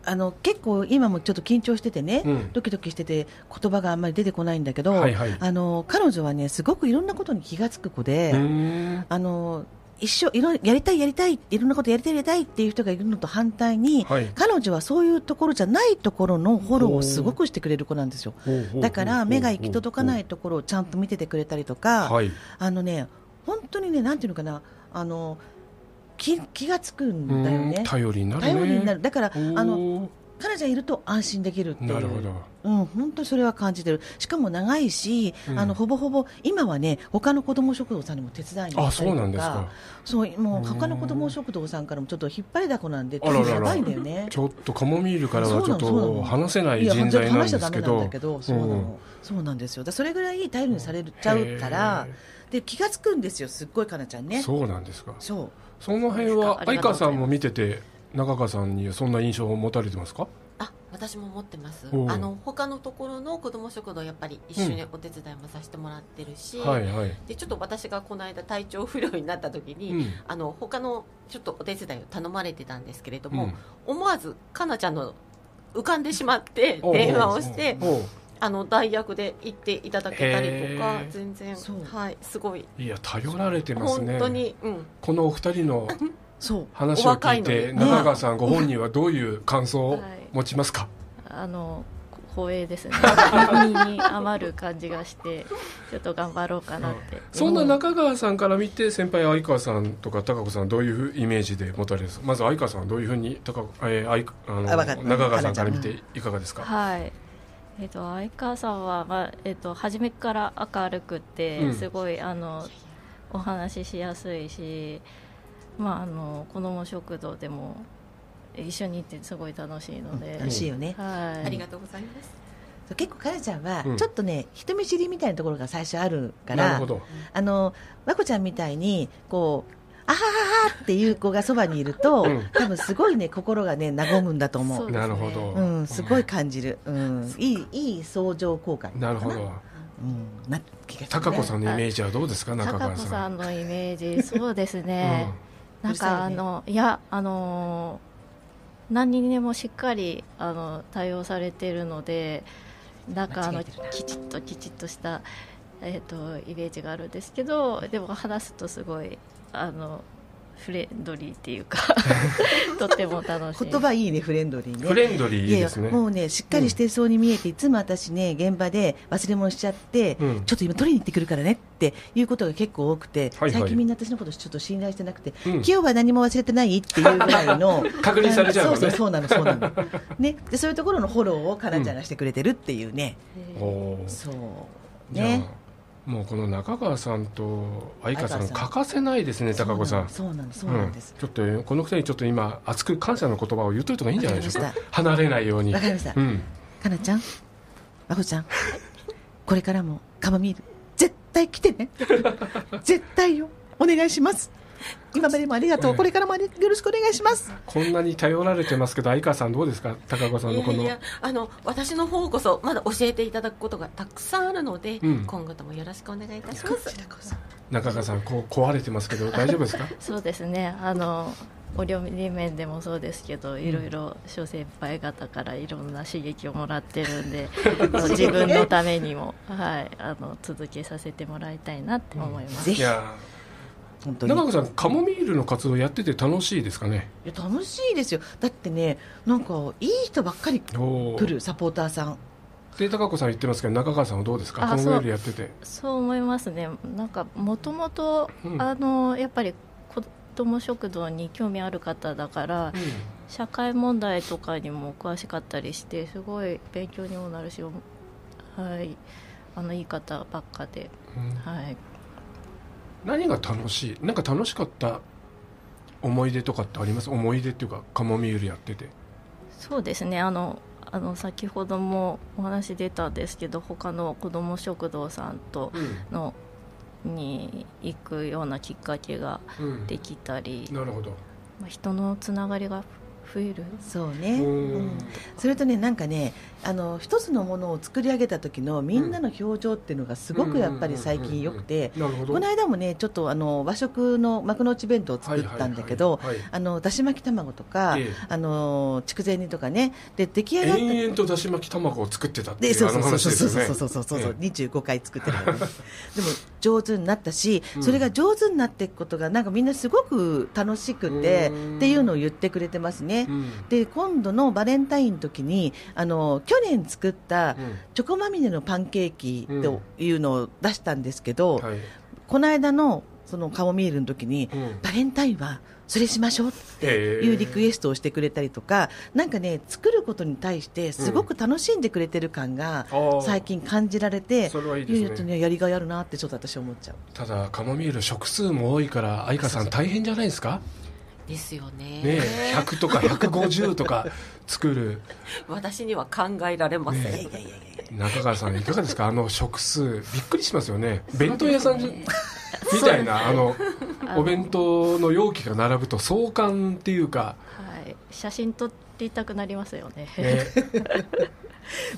Speaker 1: あの結構今もちょっと緊張しててね、
Speaker 2: うん
Speaker 1: ドキドキしてて言葉があんまり出てこないんだけど、
Speaker 2: はいはい
Speaker 1: あの彼女はねすごくいろんなことに気がつく子で、
Speaker 2: うーん
Speaker 1: あの一生いろやりたいやりたいいろんなことやりたいやりたいっていう人がいるのと反対に、
Speaker 2: はい
Speaker 1: 彼女はそういうところじゃないところのフォローをすごくしてくれる子なんですよだから目が行き届かないところをちゃんと見ててくれたりとか、
Speaker 2: はい
Speaker 1: あのね本当にねなんていうのかなあの気気がつくんだよ
Speaker 2: う
Speaker 1: ね
Speaker 2: ん頼りになるね
Speaker 1: 頼りになるだからあの
Speaker 2: おう
Speaker 1: 彼女がいると安心できるっていう
Speaker 2: なるほど
Speaker 1: うん、本当にそれは感じてるしかも長いし、
Speaker 2: うん
Speaker 1: あのほぼほぼ今はね他の子ども食堂さんにも手伝いに行
Speaker 2: あ
Speaker 1: った
Speaker 2: そう
Speaker 1: り
Speaker 2: なん
Speaker 1: と
Speaker 2: ですか
Speaker 1: かそうもう
Speaker 2: うん
Speaker 1: 他の子ども食堂さんからもちょっと引っ張りだこなんで
Speaker 2: あららら
Speaker 1: やばいんだよね
Speaker 2: ちょっとカモミールからはちょ
Speaker 1: そうなの
Speaker 2: っ
Speaker 1: そうな
Speaker 2: と
Speaker 1: の
Speaker 2: 話せない
Speaker 1: いや
Speaker 2: 人
Speaker 1: 本当に
Speaker 2: 材なん
Speaker 1: 話しち
Speaker 2: で
Speaker 1: ゃダ
Speaker 2: す
Speaker 1: メな
Speaker 2: け
Speaker 1: んだ
Speaker 2: ど
Speaker 1: けどそうなの、そうなんですよだからそれぐらい頼りにされちゃうから
Speaker 2: へ
Speaker 1: で気がつくんですよすっごいかなちゃん
Speaker 2: え
Speaker 1: ね
Speaker 2: そうなんですか
Speaker 1: そう
Speaker 2: その辺
Speaker 3: そうですか
Speaker 2: は
Speaker 3: あり
Speaker 2: 相
Speaker 3: がと
Speaker 2: 川
Speaker 3: うございます
Speaker 2: さんも見てて中川さんにそんな印象を持たれてますか
Speaker 4: あ私も持ってます
Speaker 2: おう
Speaker 4: あの他のところの子ども食堂やっぱり一緒にお手伝いもさせてもらってるし、
Speaker 2: はいはい
Speaker 4: でちょっと私がこの間体調不良になった時に、
Speaker 2: うん
Speaker 4: あの他のちょっとお手伝いを頼まれてたんですけれど
Speaker 2: う
Speaker 4: も、
Speaker 2: ん
Speaker 4: 思わずかなちゃんの浮かんでしまって
Speaker 2: おう
Speaker 4: 電話をして
Speaker 2: おう
Speaker 4: あの代役で行っていただけたりとか
Speaker 2: へー
Speaker 4: 全然
Speaker 1: そう
Speaker 4: はいすごい
Speaker 2: いや頼られてますね
Speaker 4: 本当に、うん、
Speaker 2: このお二人の
Speaker 1: そう
Speaker 2: 話を聞い
Speaker 4: お若
Speaker 2: て
Speaker 4: い
Speaker 1: のに
Speaker 2: 中川さんご本人はどういう感想を持ちますか
Speaker 3: あの光
Speaker 1: (laughs)
Speaker 3: 栄ですね身に余る感じがしてちょっと頑張ろうかなって、
Speaker 2: そんな中川さんから見て先輩相川さんとか高子さんはどういうイメージで持たれますまず相川さんはどういうふうに高子、えー相
Speaker 1: あ
Speaker 2: あ
Speaker 1: わかっ
Speaker 2: の
Speaker 1: た
Speaker 2: 中川さんから見ていかがですか、
Speaker 3: はいえっと相川さんは、まあえっと初めから明るくて、
Speaker 2: うん
Speaker 3: すごいあのお話ししやすいし、まあ、あの子ども食堂でも一緒に行ってすごい楽しいので、
Speaker 1: 楽しいよね、
Speaker 3: はい、
Speaker 4: ありがとうございます
Speaker 1: そう結構かなちゃんは
Speaker 2: うん
Speaker 1: ちょっとね、人見知りみたいなところが最初あるか
Speaker 2: なる
Speaker 1: ら
Speaker 2: ほど
Speaker 1: あの和子ちゃんみたいにこうあはははっていう子がそばにいると、
Speaker 2: うん
Speaker 1: 多分すごいね心がね和むんだと思
Speaker 3: そううですね
Speaker 2: なるほど、
Speaker 1: うん、すごい感じる、うん、いいいい相乗効果にな
Speaker 2: なる
Speaker 1: るか
Speaker 2: ほ
Speaker 1: な、 (laughs)
Speaker 2: ど
Speaker 1: うん、な気がするね
Speaker 2: 高子さんのイメージはどうですか中
Speaker 3: 高
Speaker 2: 川
Speaker 3: 子
Speaker 2: さん
Speaker 3: さんのイメージそうです
Speaker 2: う
Speaker 3: ね
Speaker 2: ん、
Speaker 1: う
Speaker 3: なんか
Speaker 1: るさい
Speaker 3: あ
Speaker 1: ね
Speaker 3: のいやあのー何にでもしっかりあの対応されているのでなんかあ
Speaker 1: 間違
Speaker 3: の
Speaker 1: えてるな
Speaker 3: きちっときちっとした、えー、とイメージがあるんですけどでも話すとすごいあのフレンドリーっ
Speaker 1: (laughs)
Speaker 3: ていうかとっても楽しい
Speaker 1: 言葉いいねフレンドリーね
Speaker 2: フレンド
Speaker 1: い
Speaker 2: リー
Speaker 1: やい
Speaker 2: で
Speaker 1: や
Speaker 2: すね
Speaker 1: もうねしっかりしてそうに見えて、いつも私ね現場で忘れ物しちゃって、
Speaker 2: うん
Speaker 1: ちょっと今取りに行ってくるからねっていうことが結構多くて、
Speaker 2: はいはい
Speaker 1: 最近みんな私のことちょっと信頼してなくて、
Speaker 2: うん
Speaker 1: 今日は何も忘れてないっていうぐらいの
Speaker 2: (laughs) 確認されちゃうのね
Speaker 1: そうそうそうなのそうな
Speaker 2: (laughs)
Speaker 1: の、ね、でそういうところのフォローをかなちゃんがしてくれてるっていうね、
Speaker 3: えー
Speaker 2: おー
Speaker 1: そう
Speaker 2: じゃあ
Speaker 1: ね
Speaker 2: もうこの中川さんと相川さん
Speaker 1: 相川さん
Speaker 2: 欠かせないですね高子さん
Speaker 1: そうなのそうなのそうなんです、
Speaker 2: ちょっとこの二人にちょっと今熱く感謝の言葉を言っといた方がいいんじゃないでしょう
Speaker 1: わ
Speaker 2: か
Speaker 1: かり
Speaker 2: 離れないように
Speaker 1: わかりました
Speaker 2: うん、
Speaker 1: かなちゃんまこちゃんこれからもカモミール絶対来て
Speaker 2: (laughs)
Speaker 1: ね絶対よお願いします今までもありがと
Speaker 2: え
Speaker 1: う
Speaker 2: え
Speaker 1: これからもありよろしくお願いします
Speaker 2: こんなに頼られてますけど相川さんどうですか高岡さん
Speaker 4: い
Speaker 2: のこ
Speaker 4: や
Speaker 2: の
Speaker 4: いやあの私の方こそまだ教えていただくことがたくさんあるので、
Speaker 2: うん
Speaker 4: 今後ともよろしくお願いいたします
Speaker 2: 中川さんこう壊れてま
Speaker 1: (laughs)
Speaker 2: すけど大丈夫ですか
Speaker 3: そうですねあのお料理面でもそうですけど、いろいろ諸先輩方からいろんな刺激をもらってるんで自分のためにも、はい、あの続けさせてもらいたいなって思います、
Speaker 1: ぜ
Speaker 2: い
Speaker 1: ひ
Speaker 2: や
Speaker 1: 本当にい
Speaker 2: 中川さんカモミールの活動やってて楽しいですかね
Speaker 1: や楽しいですよだってねなんかいい人ばっかり
Speaker 2: おー
Speaker 1: 来るサポーターさん
Speaker 2: で高子さん言ってますけど中川さんはどうですか
Speaker 3: あ
Speaker 2: カモミールやってて
Speaker 3: そう思いますねなんかもともと
Speaker 2: うん
Speaker 3: あのやっぱり子ども食堂に興味ある方だから社会問題とかにも詳しかったりしてすごい勉強にもなるし、はい、あのいい方ばっかで、
Speaker 2: うんうん
Speaker 3: はい、
Speaker 2: 何が楽しいなんか楽しかった思い出とかってあります思い出っていうかカモミールやってて
Speaker 3: そうですねあのあの先ほどもお話出たんですけど他の子ども食堂さんとのに行くようなきっかけが
Speaker 5: うん
Speaker 3: できたり、
Speaker 5: なるほど
Speaker 3: まあ、人のつながりが増える
Speaker 1: そう
Speaker 5: う
Speaker 1: ね、うん
Speaker 5: ん
Speaker 1: それとねなんかねあの一つのものを作り上げた時のみんなの表情っていうのがすごくやっぱり最近よくて
Speaker 5: なるほど
Speaker 1: この間もねちょっとあの和食の幕の内弁当を作ったんだけど、
Speaker 5: はいはいはい
Speaker 1: あのだし巻き卵とか、
Speaker 5: ええ
Speaker 1: あの筑前煮とかねで出来上がっ
Speaker 5: はい
Speaker 1: た
Speaker 5: 延々とだし巻き卵を作ってたって
Speaker 1: で
Speaker 5: い
Speaker 1: そうう
Speaker 5: あ
Speaker 1: そ
Speaker 5: の
Speaker 1: うそう
Speaker 5: 話
Speaker 1: そ
Speaker 5: で
Speaker 1: う
Speaker 5: す
Speaker 1: そ
Speaker 5: よ
Speaker 1: うそ
Speaker 5: ね
Speaker 1: うそうそうそう
Speaker 5: ええ
Speaker 1: 25回作ってるのねでも上手になったし、
Speaker 5: うん
Speaker 1: それが上手になっていくことがなんかみんなすごく楽しくて
Speaker 5: うん
Speaker 1: っていうのを言ってくれてますね、
Speaker 5: うん
Speaker 1: で今度のバレンタインの時にあの去年作ったチョコまみれのパンケーキというのを出したんですけど、
Speaker 5: うんはい
Speaker 1: この間のその顔見えるの時に、
Speaker 5: うん
Speaker 1: バレンタインはそれしましょうっていうリクエストをしてくれたりとか、なんかね作ることに対してすごく楽しんでくれてる感が
Speaker 5: あー
Speaker 1: 最近感じられて、
Speaker 5: それはいい
Speaker 1: いや
Speaker 5: で
Speaker 1: いや
Speaker 5: す
Speaker 1: と
Speaker 5: ね
Speaker 1: ねやりがいあるなってちょっと私思っちゃう。
Speaker 2: ただカモミール食数も多いから愛花さん大変じゃないですか
Speaker 4: ですよね
Speaker 2: ねえ100とか150とか作る
Speaker 4: 私には考えられません、
Speaker 1: いやいやいや
Speaker 2: 中川さんいかがですかあの食数びっくりしますよね弁当屋さんじゃみたいなあのお弁当の容器が並ぶと壮観っていうか、
Speaker 3: はい、写真撮りたくなりますよね。
Speaker 2: ね、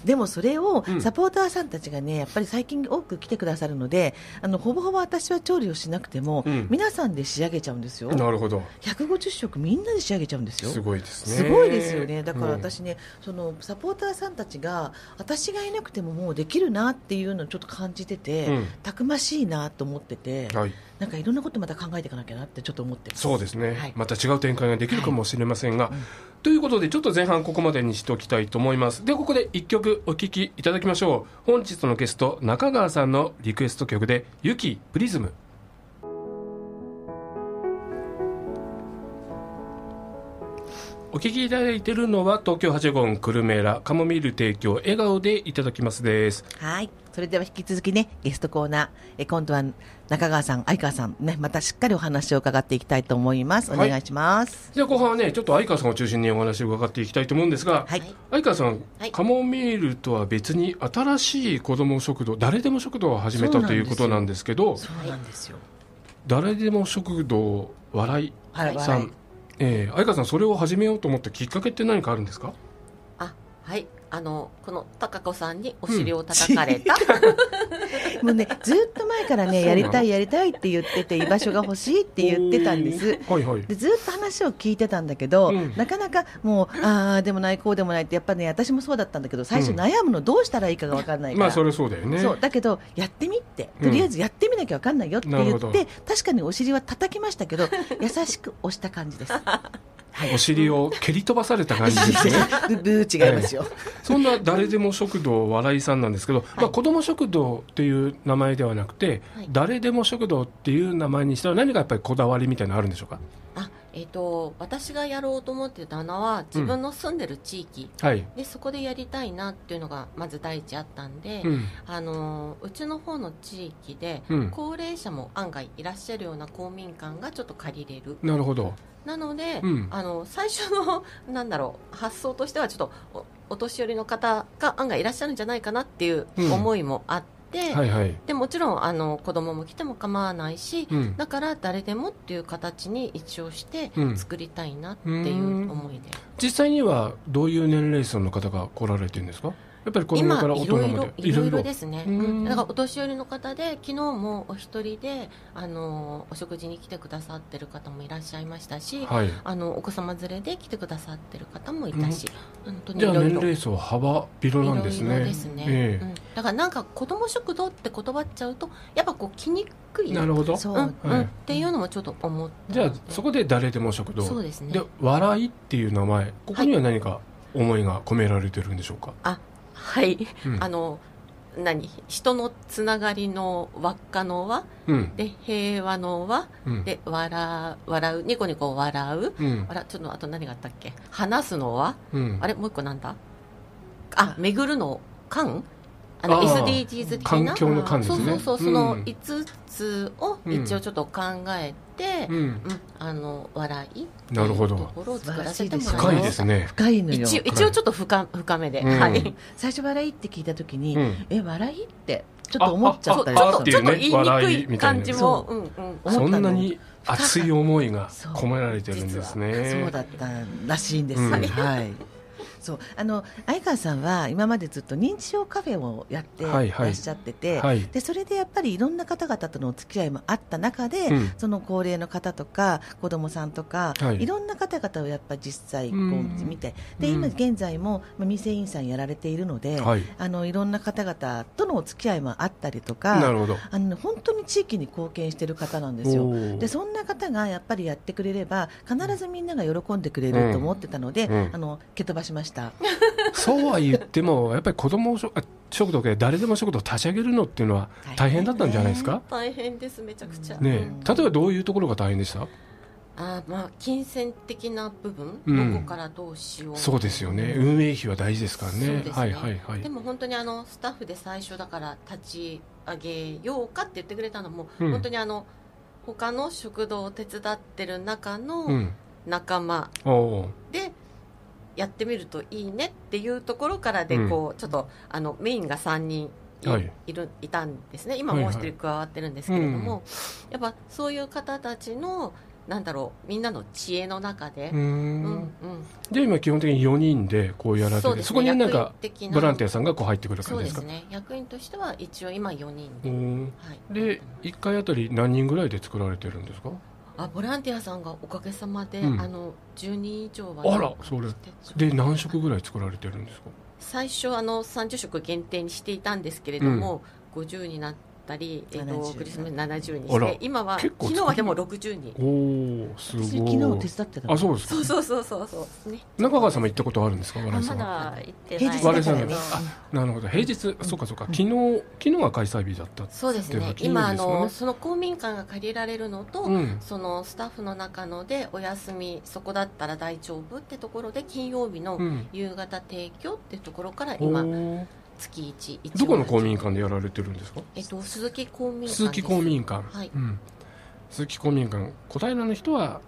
Speaker 1: でもそれを
Speaker 5: うん
Speaker 1: サポーターさんたちがねやっぱり最近多く来てくださるのであのほぼほぼ私は調理をしなくても、
Speaker 2: うん
Speaker 1: 皆さんで仕上げちゃうんですよ
Speaker 2: なるほど
Speaker 1: 150食みんなで仕上げちゃうんですよ
Speaker 2: すごいですね
Speaker 1: すごいですよねだから
Speaker 2: うん
Speaker 1: 私ね、そのサポーターさんたちが私がいなくてももうできるなっていうのをちょっと感じてて、
Speaker 2: うん
Speaker 1: たくましいなと思ってて、
Speaker 2: はい、
Speaker 1: なんかいろんなことまた考えていかなきゃなってちょっと思ってます
Speaker 2: そうですね、
Speaker 1: はい
Speaker 2: また違う展開ができるかもしれませんが、ということでちょっと前半ここまでにしておきたいと思いますでここで1曲お聴きいただきましょう本日のゲスト中川さんのリクエスト曲で「ユキプリズム」お聞きいただいているのは東京八五ンクルメラカモミール提供笑顔でいただきますです
Speaker 1: はいそれでは引き続きねゲストコーナーえ今度は中川さん相川さんねまたしっかりお話を伺っていきたいと思いますお願いします、
Speaker 2: じゃあ後半はねちょっと相川さんを中心にお話を伺っていきたいと思うんですが、
Speaker 1: はい
Speaker 2: 相川さん、
Speaker 4: はい
Speaker 2: カモミールとは別に新しい子ども食堂誰でも食堂を始め
Speaker 1: そう
Speaker 2: た
Speaker 1: なん
Speaker 2: と
Speaker 1: です
Speaker 2: い
Speaker 1: よ
Speaker 2: うことなんですけど
Speaker 1: そうなんですよ
Speaker 2: 誰でも食堂笑い
Speaker 1: はい
Speaker 2: さん、
Speaker 1: はい
Speaker 2: えー相川さんそれを始めようと思ったきっかけって何かあるんですか
Speaker 4: あはいあのこの高子さんにお尻を叩かれた、
Speaker 1: もうねずっと前からね
Speaker 2: そうな
Speaker 1: や
Speaker 2: の
Speaker 1: りたいやりたいって言ってて居場所が欲しいって言ってたんです
Speaker 2: おーはいはい
Speaker 1: でずっと話を聞いてたんだけど、
Speaker 2: うん
Speaker 1: なかなかもうああでもないこうでもないってやっぱね私もそうだったんだけど最初
Speaker 2: うん
Speaker 1: 悩むのどうしたらいいかが分からないから、
Speaker 2: まあそれはそうだよね
Speaker 1: そうだけどやってみって
Speaker 2: うん
Speaker 1: とりあえずやってみなきゃ分かんないよって
Speaker 2: なる
Speaker 1: 言っ
Speaker 2: ほ
Speaker 1: て、
Speaker 2: ど
Speaker 1: 確かにお尻は叩きました
Speaker 2: (laughs)
Speaker 1: けど優しく押した感じです。
Speaker 2: お尻を蹴り飛ばされた感じです
Speaker 1: (laughs)
Speaker 2: ね
Speaker 1: ブブー違いますよ。
Speaker 2: そんな誰でも食堂笑いさんなんですけど、まあ、子ども食堂っていう名前ではなくて、
Speaker 4: はい
Speaker 2: 誰でも食堂っていう名前にしたら何かやっぱりこだわりみたいなのあるんでしょうか
Speaker 4: あえっ、と私がやろうと思ってたのは自分の住んでる地域、
Speaker 2: はい、
Speaker 4: でそこでやりたいなっていうのがまず第一あったんで、
Speaker 2: うん
Speaker 4: あのうちの方の地域で、
Speaker 2: うん
Speaker 4: 高齢者も案外いらっしゃるような公民館がちょっと借りれる
Speaker 2: なるほど
Speaker 4: なので、
Speaker 2: うん
Speaker 4: あの最初の (laughs) なんだろう発想としてはちょっとおお年寄りの方が案外いらっしゃるんじゃないかなっていう
Speaker 2: うん
Speaker 4: 思いもあって、
Speaker 2: はいはい、
Speaker 4: でもちろんあの子供も来ても構わないし、
Speaker 2: うん、
Speaker 4: だから誰でもっていう形に一応して
Speaker 2: うん
Speaker 4: 作りたいなっていう思いで、
Speaker 2: 実際にはどういう年齢層の方が来られてるんですかやっぱり子供
Speaker 4: 今
Speaker 2: から大
Speaker 4: い
Speaker 2: 人
Speaker 4: ろい
Speaker 2: ま
Speaker 4: ろ
Speaker 2: で
Speaker 4: いろいろ
Speaker 2: い
Speaker 4: ですね、
Speaker 2: うん
Speaker 4: だからお年寄りの方で昨日もお一人であのお食事に来てくださってる方もいらっしゃいましたし、
Speaker 2: はい
Speaker 4: あのお子様連れで来てくださってる方もいたし、本当にい
Speaker 2: じゃあ
Speaker 4: ろい
Speaker 2: 年
Speaker 4: ろ。
Speaker 2: 齢層幅広なんです
Speaker 4: いろい
Speaker 2: ね
Speaker 4: ろですね
Speaker 2: え
Speaker 4: うんだからなんか子ども食堂って断っちゃうとやっぱこう来にく
Speaker 2: え
Speaker 4: い
Speaker 2: なるほど
Speaker 1: そう
Speaker 4: うんうん
Speaker 2: はい
Speaker 4: っていうのもちょっと思って
Speaker 2: じゃあそこで誰でも食堂
Speaker 4: そうですね
Speaker 2: 笑いっていう名前ここには何か思いが込められてるんでしょうか、
Speaker 4: はい、
Speaker 2: うん
Speaker 4: あの何人のつながりの輪っかの輪
Speaker 2: うん
Speaker 4: で平和の輪
Speaker 2: うん
Speaker 4: で笑う笑うニコニコ笑う
Speaker 2: うん
Speaker 4: あらちょっとあと何があったっけ話すのは
Speaker 2: うん
Speaker 4: あれもう一個なんだあ巡るの間
Speaker 2: あ
Speaker 4: あの
Speaker 2: ー
Speaker 4: SDGs 的な
Speaker 2: 環境の感です
Speaker 4: そう
Speaker 2: ね
Speaker 4: そうそうその
Speaker 2: うん
Speaker 4: 5つを一応ちょっと考えて、
Speaker 2: う
Speaker 4: うん
Speaker 2: ん
Speaker 4: あの笑い
Speaker 2: なるほど
Speaker 4: ところを作らせてもらいました
Speaker 2: 深いですね
Speaker 1: 深いのよ。
Speaker 4: 一応一応ちょっと深深めで、
Speaker 2: うん
Speaker 4: はい
Speaker 1: 最初笑いって聞いた時に、
Speaker 2: うん
Speaker 1: え笑いってちょっと思っちゃった
Speaker 4: ち
Speaker 2: あ
Speaker 1: り
Speaker 2: あ
Speaker 1: した
Speaker 4: ょっと
Speaker 1: ん
Speaker 2: って
Speaker 1: で
Speaker 2: い
Speaker 1: す
Speaker 4: ちょ
Speaker 2: う
Speaker 4: っ
Speaker 2: ね
Speaker 4: と言いにくい感じも、
Speaker 1: そう
Speaker 4: うんうん、
Speaker 1: 思った
Speaker 2: そ
Speaker 1: の
Speaker 2: んなに熱い思いが
Speaker 1: そう
Speaker 2: 込められてるんです
Speaker 1: そう
Speaker 2: ね
Speaker 1: だったらしいんです、
Speaker 2: うん
Speaker 1: はいそうあの相川さんは今までずっと認知症カフェをやって
Speaker 2: はいはい
Speaker 1: らっしゃってて、
Speaker 2: はい
Speaker 1: でそれでやっぱりいろんな方々とのお付き合いもあった中で、
Speaker 2: うん
Speaker 1: その高齢の方とか子供さんとか、
Speaker 2: はい
Speaker 1: い、ろんな方々をやっぱ実際こう
Speaker 2: うん
Speaker 1: 見て、で
Speaker 2: うん
Speaker 1: 今現在もまあ未成員さんやられているので、
Speaker 2: はい
Speaker 1: あのいろんな方々とのお付き合いもあったりと
Speaker 2: な
Speaker 1: か
Speaker 2: るほど
Speaker 1: あのね本当に地域に貢献している方なんですよ。
Speaker 2: おー
Speaker 1: でそんな方がやっぱりやってくれれば必ずみんなが喜んでくれると思ってたので、
Speaker 2: うんうん
Speaker 1: あの蹴飛ばしました。
Speaker 2: そうは言ってもやっぱり子ども食堂で誰でも食堂を立ち上げるのっていうのは大変だったんじゃないですか
Speaker 4: 大変ですめちゃくちゃ、
Speaker 2: ね
Speaker 4: うん
Speaker 2: え例えばどういうところが大変でした
Speaker 4: あーまあ金銭的な部分、
Speaker 2: うん
Speaker 4: どこからどうしよう
Speaker 2: そうですよね運営費は大事ですから
Speaker 4: そうで
Speaker 2: ね
Speaker 4: すね
Speaker 2: はいはいはい
Speaker 4: でも本当にあのスタッフで最初だから立ち上げようかって言ってくれたのも、
Speaker 2: うん
Speaker 4: 本当にあの他の食堂を手伝ってる中
Speaker 2: う
Speaker 4: の
Speaker 2: ん
Speaker 4: 仲間
Speaker 2: おお
Speaker 4: でやってみるといいねっていうところからで
Speaker 2: うん
Speaker 4: こう、ちょっとあのメインが3人い,、
Speaker 2: はい
Speaker 4: るいたんですね今
Speaker 2: はい
Speaker 4: も
Speaker 2: は
Speaker 4: う
Speaker 2: い
Speaker 4: 一人加わってるんですけれども、
Speaker 2: うん
Speaker 4: やっぱそういう方たちのなんだろうみんなの知恵の中で、
Speaker 2: うー
Speaker 4: うん
Speaker 2: ん
Speaker 4: うん
Speaker 2: で今基本的に4人でこうやられて
Speaker 4: そう
Speaker 2: て
Speaker 4: ですね
Speaker 2: そこになん
Speaker 4: 役員
Speaker 2: か
Speaker 4: 的な
Speaker 2: ボランティアさんがこう入ってくる
Speaker 4: そ
Speaker 2: 感
Speaker 4: う
Speaker 2: じ
Speaker 4: で
Speaker 2: ですか
Speaker 4: すね役員としては一応今4人
Speaker 2: うー
Speaker 4: で,、
Speaker 2: ん
Speaker 4: はい、
Speaker 2: で1回あたり何人ぐらいで作られてるんですか
Speaker 4: あボランティアさんがおかげさまで、
Speaker 2: うん
Speaker 4: あの10人以上は
Speaker 2: あらそれで何食ぐらい作られてるんですか
Speaker 4: 最初あの30食限定にしていたんですけれども、50になったり、えっと
Speaker 1: 70
Speaker 4: クリスマス70に
Speaker 2: あ
Speaker 4: し
Speaker 2: ら
Speaker 4: て今は
Speaker 2: 結構
Speaker 4: 昨日はでも60人
Speaker 2: おおすごい
Speaker 1: 私昨日手伝ってたの
Speaker 2: あそうですか
Speaker 4: そうそうそうそうそうね
Speaker 2: 中川さんも行ったことあるんですか
Speaker 3: あ
Speaker 2: 和
Speaker 3: ま
Speaker 2: 田さんは
Speaker 3: だ行ってない
Speaker 1: 平日
Speaker 2: 我々
Speaker 1: だ
Speaker 2: さ
Speaker 1: か
Speaker 2: ん
Speaker 1: らね
Speaker 2: があなるほど平日、そうかそうか昨日昨日が開催日だった
Speaker 4: そうです
Speaker 2: では
Speaker 4: ね
Speaker 2: 金曜日
Speaker 4: 今あの
Speaker 2: です
Speaker 4: その公民館が借りられるのと、
Speaker 2: うん
Speaker 4: そのスタッフの中のでお休みそこだったら大丈夫ってところで金曜日の
Speaker 2: うん
Speaker 4: 夕方提供ってところから
Speaker 2: お
Speaker 4: 今
Speaker 2: ー
Speaker 4: 月1一応
Speaker 2: どこの公民館でやられてるんですか
Speaker 4: えっと鈴木公民館です
Speaker 2: 鈴木公民館、
Speaker 4: はい
Speaker 2: うん、鈴木公民館小平の人は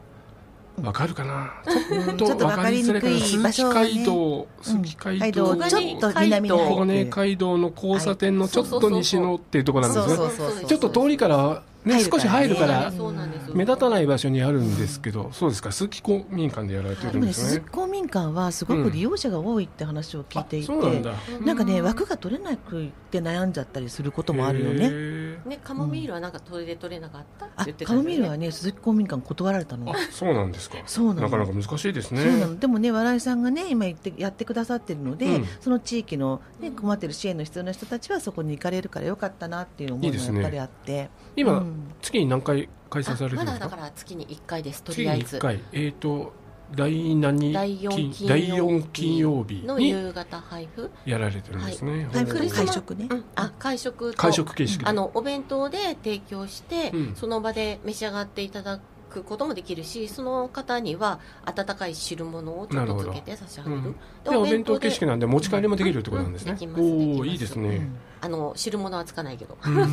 Speaker 2: わかるかな、
Speaker 1: うん
Speaker 2: ち
Speaker 1: ち
Speaker 2: ょ
Speaker 1: ょ
Speaker 2: っ
Speaker 1: っ
Speaker 2: と
Speaker 1: と
Speaker 2: わ
Speaker 1: わ
Speaker 2: か
Speaker 1: か
Speaker 2: り
Speaker 1: り
Speaker 2: づら
Speaker 1: に
Speaker 2: い
Speaker 1: く場
Speaker 2: かない鈴木
Speaker 1: 所はね
Speaker 2: 街道
Speaker 1: うん
Speaker 2: 鈴木街道
Speaker 1: 街道ちょっと南に入
Speaker 2: 小
Speaker 1: っ
Speaker 2: 金井
Speaker 1: て
Speaker 2: 街道の交差点のちょっと西のっていうところなんです
Speaker 1: そう
Speaker 2: ね
Speaker 1: そうそうそう
Speaker 2: ちょっと通りからはね
Speaker 1: 入るからね
Speaker 2: 少し入るから
Speaker 4: そうなんです
Speaker 2: 目立た
Speaker 4: い
Speaker 2: ない場所にあるんですけど、そうですか鈴木公民館でやられて
Speaker 1: で
Speaker 2: る
Speaker 1: も
Speaker 2: んで
Speaker 1: ね
Speaker 2: す
Speaker 1: 鈴
Speaker 2: ね
Speaker 1: 木公民館はすご
Speaker 2: う
Speaker 1: く
Speaker 2: ん
Speaker 1: 利用者が多いって話を聞いていて、
Speaker 2: あそうなんだ
Speaker 1: なんかね枠が取れなくて悩んじゃったりすることもあるよ
Speaker 2: へ
Speaker 1: ね。
Speaker 2: ー
Speaker 4: ねカモミールはなんかトイレ取れなかったって
Speaker 1: あ
Speaker 4: 言ってた
Speaker 1: カ
Speaker 4: ん
Speaker 1: モ
Speaker 4: で
Speaker 1: ミ
Speaker 4: す
Speaker 1: ールはね鈴木公民館断られたの。
Speaker 2: あそうなんですか
Speaker 1: そうなの
Speaker 2: なかなか難しいですね
Speaker 1: そうなのでもね、笑いさんがね、今言ってやってくださってるので、
Speaker 2: うん
Speaker 1: その地域の、ね、困ってる支援の必要な人たちはそこに行かれるからよかったなっていう思いが
Speaker 2: いいです
Speaker 1: や
Speaker 2: ね
Speaker 1: っぱりあって、
Speaker 2: 今、
Speaker 1: うん
Speaker 2: 月に何回開催され
Speaker 4: あ
Speaker 2: てる
Speaker 4: ま
Speaker 2: んで
Speaker 4: だ
Speaker 2: す
Speaker 4: だ
Speaker 2: か
Speaker 4: から月に1回ですと
Speaker 2: 月
Speaker 4: りあえ
Speaker 2: に1
Speaker 4: ず
Speaker 2: 回えっ、と第何
Speaker 4: 第4金
Speaker 2: 金第四金曜日
Speaker 4: の
Speaker 2: に
Speaker 4: 夕方配布
Speaker 2: やられてるんですね、
Speaker 1: はい
Speaker 2: ほう
Speaker 4: クリスマ
Speaker 1: 会
Speaker 4: ス
Speaker 1: 食ね、
Speaker 4: うんあ会食と
Speaker 2: 会食形式で
Speaker 4: あのお弁当で提供して、
Speaker 2: うん
Speaker 4: その場で召し上がっていただくこともできるしその方には温かい汁物をちょっとつけて差し上げる
Speaker 2: なるほ
Speaker 4: で
Speaker 2: でお弁当
Speaker 4: で
Speaker 2: 形式なんで持ち帰りもできるってことなんですね、
Speaker 4: うんできますできます
Speaker 2: おおいいです
Speaker 1: う
Speaker 2: ね、
Speaker 1: ん
Speaker 4: あの汁物はつかないけど
Speaker 2: うん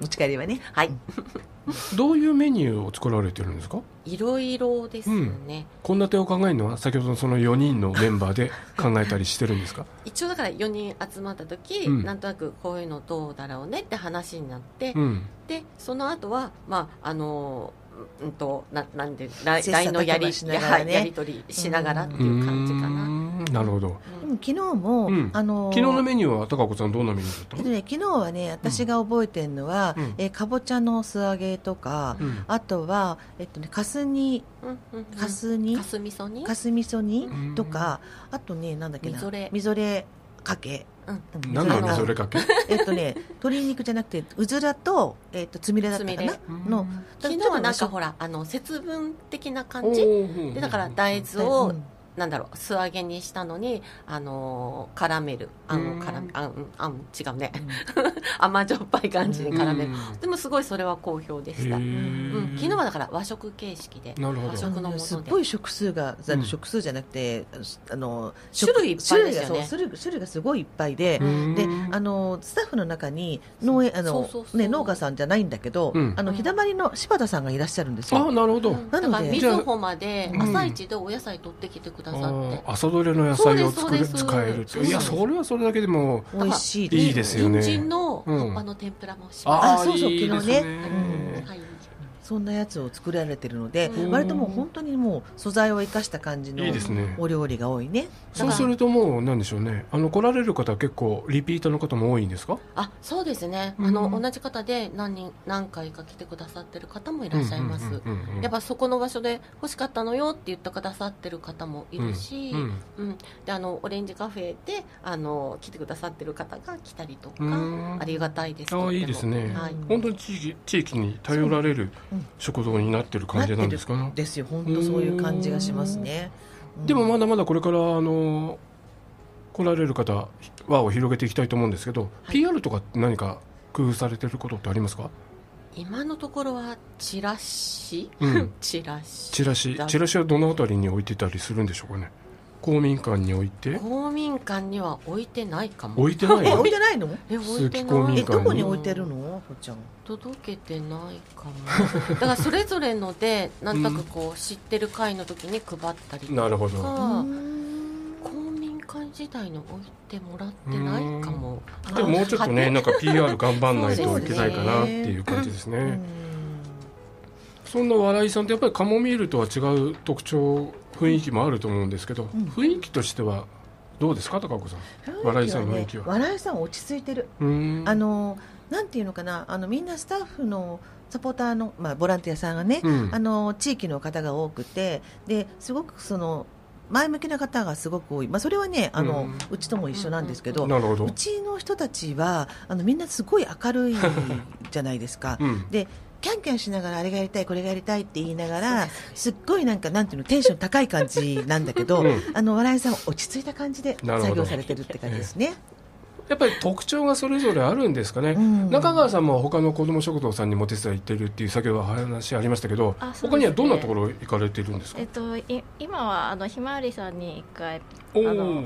Speaker 1: 持ち帰りはね、
Speaker 4: はい
Speaker 2: どういうメニューを作られてるんですか
Speaker 4: いろいろですね、
Speaker 2: 献立を考えるのは先ほどのその4人のメンバーで考えたりしてるんですか
Speaker 4: 一応だから4人集まった時、
Speaker 2: うん
Speaker 4: なんとなくこういうのどうだろうねって話になって、
Speaker 2: うん
Speaker 4: (laughs) でその後はまああのううんとななんでライ
Speaker 1: 切磋琢磨
Speaker 4: LINE のやり
Speaker 1: しながらね
Speaker 4: ややり取りしながらっていう感じかな、
Speaker 2: うーんなるほど
Speaker 1: でも昨日も、
Speaker 2: うん
Speaker 1: あのー
Speaker 2: 昨日のメニューは高子さんどんなメニューだ
Speaker 1: えっ
Speaker 2: っ
Speaker 1: と
Speaker 2: た
Speaker 1: ね、昨日はね私が覚えてるのは、
Speaker 2: うん
Speaker 1: えーかぼちゃの素揚げとか、
Speaker 2: うん
Speaker 1: あとは、えっとね、かす煮
Speaker 4: うんうんうん
Speaker 1: かす煮、
Speaker 4: かすみそに
Speaker 1: かす味噌煮
Speaker 2: うん
Speaker 1: とかあとねなんだっけな
Speaker 4: みぞれ
Speaker 1: みぞれかけ、
Speaker 4: うん
Speaker 1: う
Speaker 2: なん
Speaker 4: あ
Speaker 2: か
Speaker 4: の
Speaker 2: みぞれかけ
Speaker 1: えっとね、鶏肉じゃなくて、うずらと、えっと、つみれだったかな
Speaker 4: つ。
Speaker 1: の、
Speaker 4: 昨日はなん
Speaker 1: ちょ
Speaker 4: か
Speaker 1: っと
Speaker 4: ほらあの節分的な
Speaker 2: お
Speaker 4: 感じ
Speaker 2: ー
Speaker 4: でだから大
Speaker 1: ね
Speaker 4: 豆を、
Speaker 1: うん
Speaker 4: なんだろう素揚げにしたのにあのー絡めるあんを絡め
Speaker 2: うん
Speaker 4: あんあん違うね (laughs) 甘じょっぱい感じで絡める、
Speaker 2: うん
Speaker 4: でもすごいそれは好評でした、
Speaker 2: へ
Speaker 4: う
Speaker 2: ー
Speaker 4: ん、昨日はだから和食形式で
Speaker 2: なるほ
Speaker 4: 和
Speaker 2: ど
Speaker 4: 食のも
Speaker 1: う
Speaker 4: の
Speaker 1: ん
Speaker 4: です
Speaker 1: っごい食数が、あ
Speaker 2: うん
Speaker 1: の食数じゃなくて、あのしあの、
Speaker 4: 種類いっぱいで
Speaker 1: 食種類
Speaker 4: す
Speaker 1: が、
Speaker 4: よ
Speaker 1: そう、
Speaker 4: ね
Speaker 1: 種類種類がすごいいっぱいで
Speaker 2: う、ん
Speaker 1: で、あの、スタッフの中に、農園、あの
Speaker 4: そうそう、そう
Speaker 1: ね、農家さんじゃないんだけど
Speaker 2: うん、
Speaker 1: あの、日だまりの柴田さんがいらっしゃるんです
Speaker 2: あ
Speaker 1: よ。
Speaker 2: なるほど、
Speaker 4: うんだから
Speaker 1: なので
Speaker 4: みずほまで
Speaker 2: うん
Speaker 4: 朝一でお野菜取ってきてくださって
Speaker 2: 朝どれの野菜を
Speaker 4: そ
Speaker 2: 作
Speaker 4: うで
Speaker 2: る
Speaker 4: すそうです
Speaker 2: 使えるって
Speaker 4: そ
Speaker 2: い
Speaker 4: うです
Speaker 2: やそれはそれだけでも
Speaker 1: 美味しい
Speaker 4: だから
Speaker 2: いいですよね
Speaker 4: 人参の
Speaker 2: うん
Speaker 4: 葉っぱの天ぷらもします。
Speaker 2: あ
Speaker 1: あ
Speaker 2: あ
Speaker 1: そうそう
Speaker 2: いいです
Speaker 1: 昨
Speaker 4: あ
Speaker 2: ね
Speaker 4: はい、
Speaker 1: そんなやつを作られてるので
Speaker 4: うん
Speaker 1: 割ともう本当にもう素材を生かした感じの
Speaker 2: いいですね
Speaker 1: お料理が多いね
Speaker 2: そうするともうなんでしょうねあの来られる方は結構リピートの方も多いんですか
Speaker 4: あそうですね、
Speaker 2: うん
Speaker 4: あの同じ方で何人何回か来てくださってる方もいらっしゃいます、
Speaker 2: うんうんうんうん
Speaker 4: やっぱそこの場所で欲しかったのよって言ってくださってる方もいるし、
Speaker 2: うんうん
Speaker 4: うんであのオレンジカフェであの来てくださってる方が来たりとか、
Speaker 2: うん
Speaker 4: ありがたいです
Speaker 2: あ
Speaker 4: と
Speaker 2: あ
Speaker 4: っても
Speaker 2: いいですね
Speaker 4: はい
Speaker 2: 本当に地域地域に頼られる
Speaker 1: うん
Speaker 2: 食堂になってる感じなんですか
Speaker 1: なっ
Speaker 2: ね
Speaker 1: てるですよ本当そういう感じがしますねうん
Speaker 2: でもまだまだこれからあの来られる方輪を広げていきたいと思うんですけど、
Speaker 4: い
Speaker 2: PR とかって何か工夫されてることってありますか、
Speaker 4: 今のところはチラシ、 (laughs)
Speaker 2: うん、
Speaker 4: チラシ
Speaker 2: チラシ
Speaker 4: だ
Speaker 2: チラシはどのあたりに置いてたりするんでしょうかね公民館に置いて
Speaker 4: 公民館には置いてないかも
Speaker 2: 置いてない
Speaker 1: え (laughs)
Speaker 2: の
Speaker 1: 置いてないの
Speaker 4: え置いて
Speaker 2: 鈴木公
Speaker 4: な
Speaker 2: 民
Speaker 4: い
Speaker 1: え
Speaker 2: 民館
Speaker 1: どこに置いてるのこっちゃん
Speaker 4: 届けてない (laughs) かもだからそれぞれのでなんとなくこう知ってる会の時に配ったりとか
Speaker 2: なるほど
Speaker 4: 公民館時代の置いてもらってないかも
Speaker 2: でももうちょっとねなんか PR (laughs) 頑張んないといけないかなっていう感じですね
Speaker 1: うん
Speaker 2: そんな笑いさんってやっぱりカモミールとは違う特徴雰囲気もあると思うんですけど、
Speaker 1: ん
Speaker 2: 雰囲気としてはどうですか高岡さん笑いさんの雰囲気は
Speaker 1: 笑いさん落ち着いてる
Speaker 2: うーん
Speaker 1: あのなんていうのかなあのみんなスタッフのサポーターの、まあ、ボランティアさんがね、
Speaker 2: うん
Speaker 1: あの地域の方が多くてですごくその前向きな方がすごく多い、まあ、それはねあの、う
Speaker 2: う
Speaker 1: んちとも一緒なんですけど、う
Speaker 2: なるほど、
Speaker 1: ちの人たちはあのみんなすごい明
Speaker 2: (laughs)
Speaker 1: るいじゃないですか。
Speaker 2: うん、
Speaker 1: でキャンキャンしながらあれがやりたいこれがやりたいって言いながらすっごいなんかなんていうのテンション高い感じなんだけど、
Speaker 2: うん
Speaker 1: あの笑いさんは落ち着いた感じで
Speaker 2: なるほど
Speaker 1: 作業されてるって感じですね。
Speaker 2: やっぱり特徴がそれぞれあるんですかね、
Speaker 1: うん
Speaker 2: 中川さんも他の子ども食堂さんにもお手伝い行ってるっていう先ほど話ありましたけど、
Speaker 3: あそうですね
Speaker 2: 他にはどんなところ行かれてるんですか
Speaker 3: えっと、い今はあのひまわりさんに1回
Speaker 2: お
Speaker 3: あ
Speaker 2: お
Speaker 3: の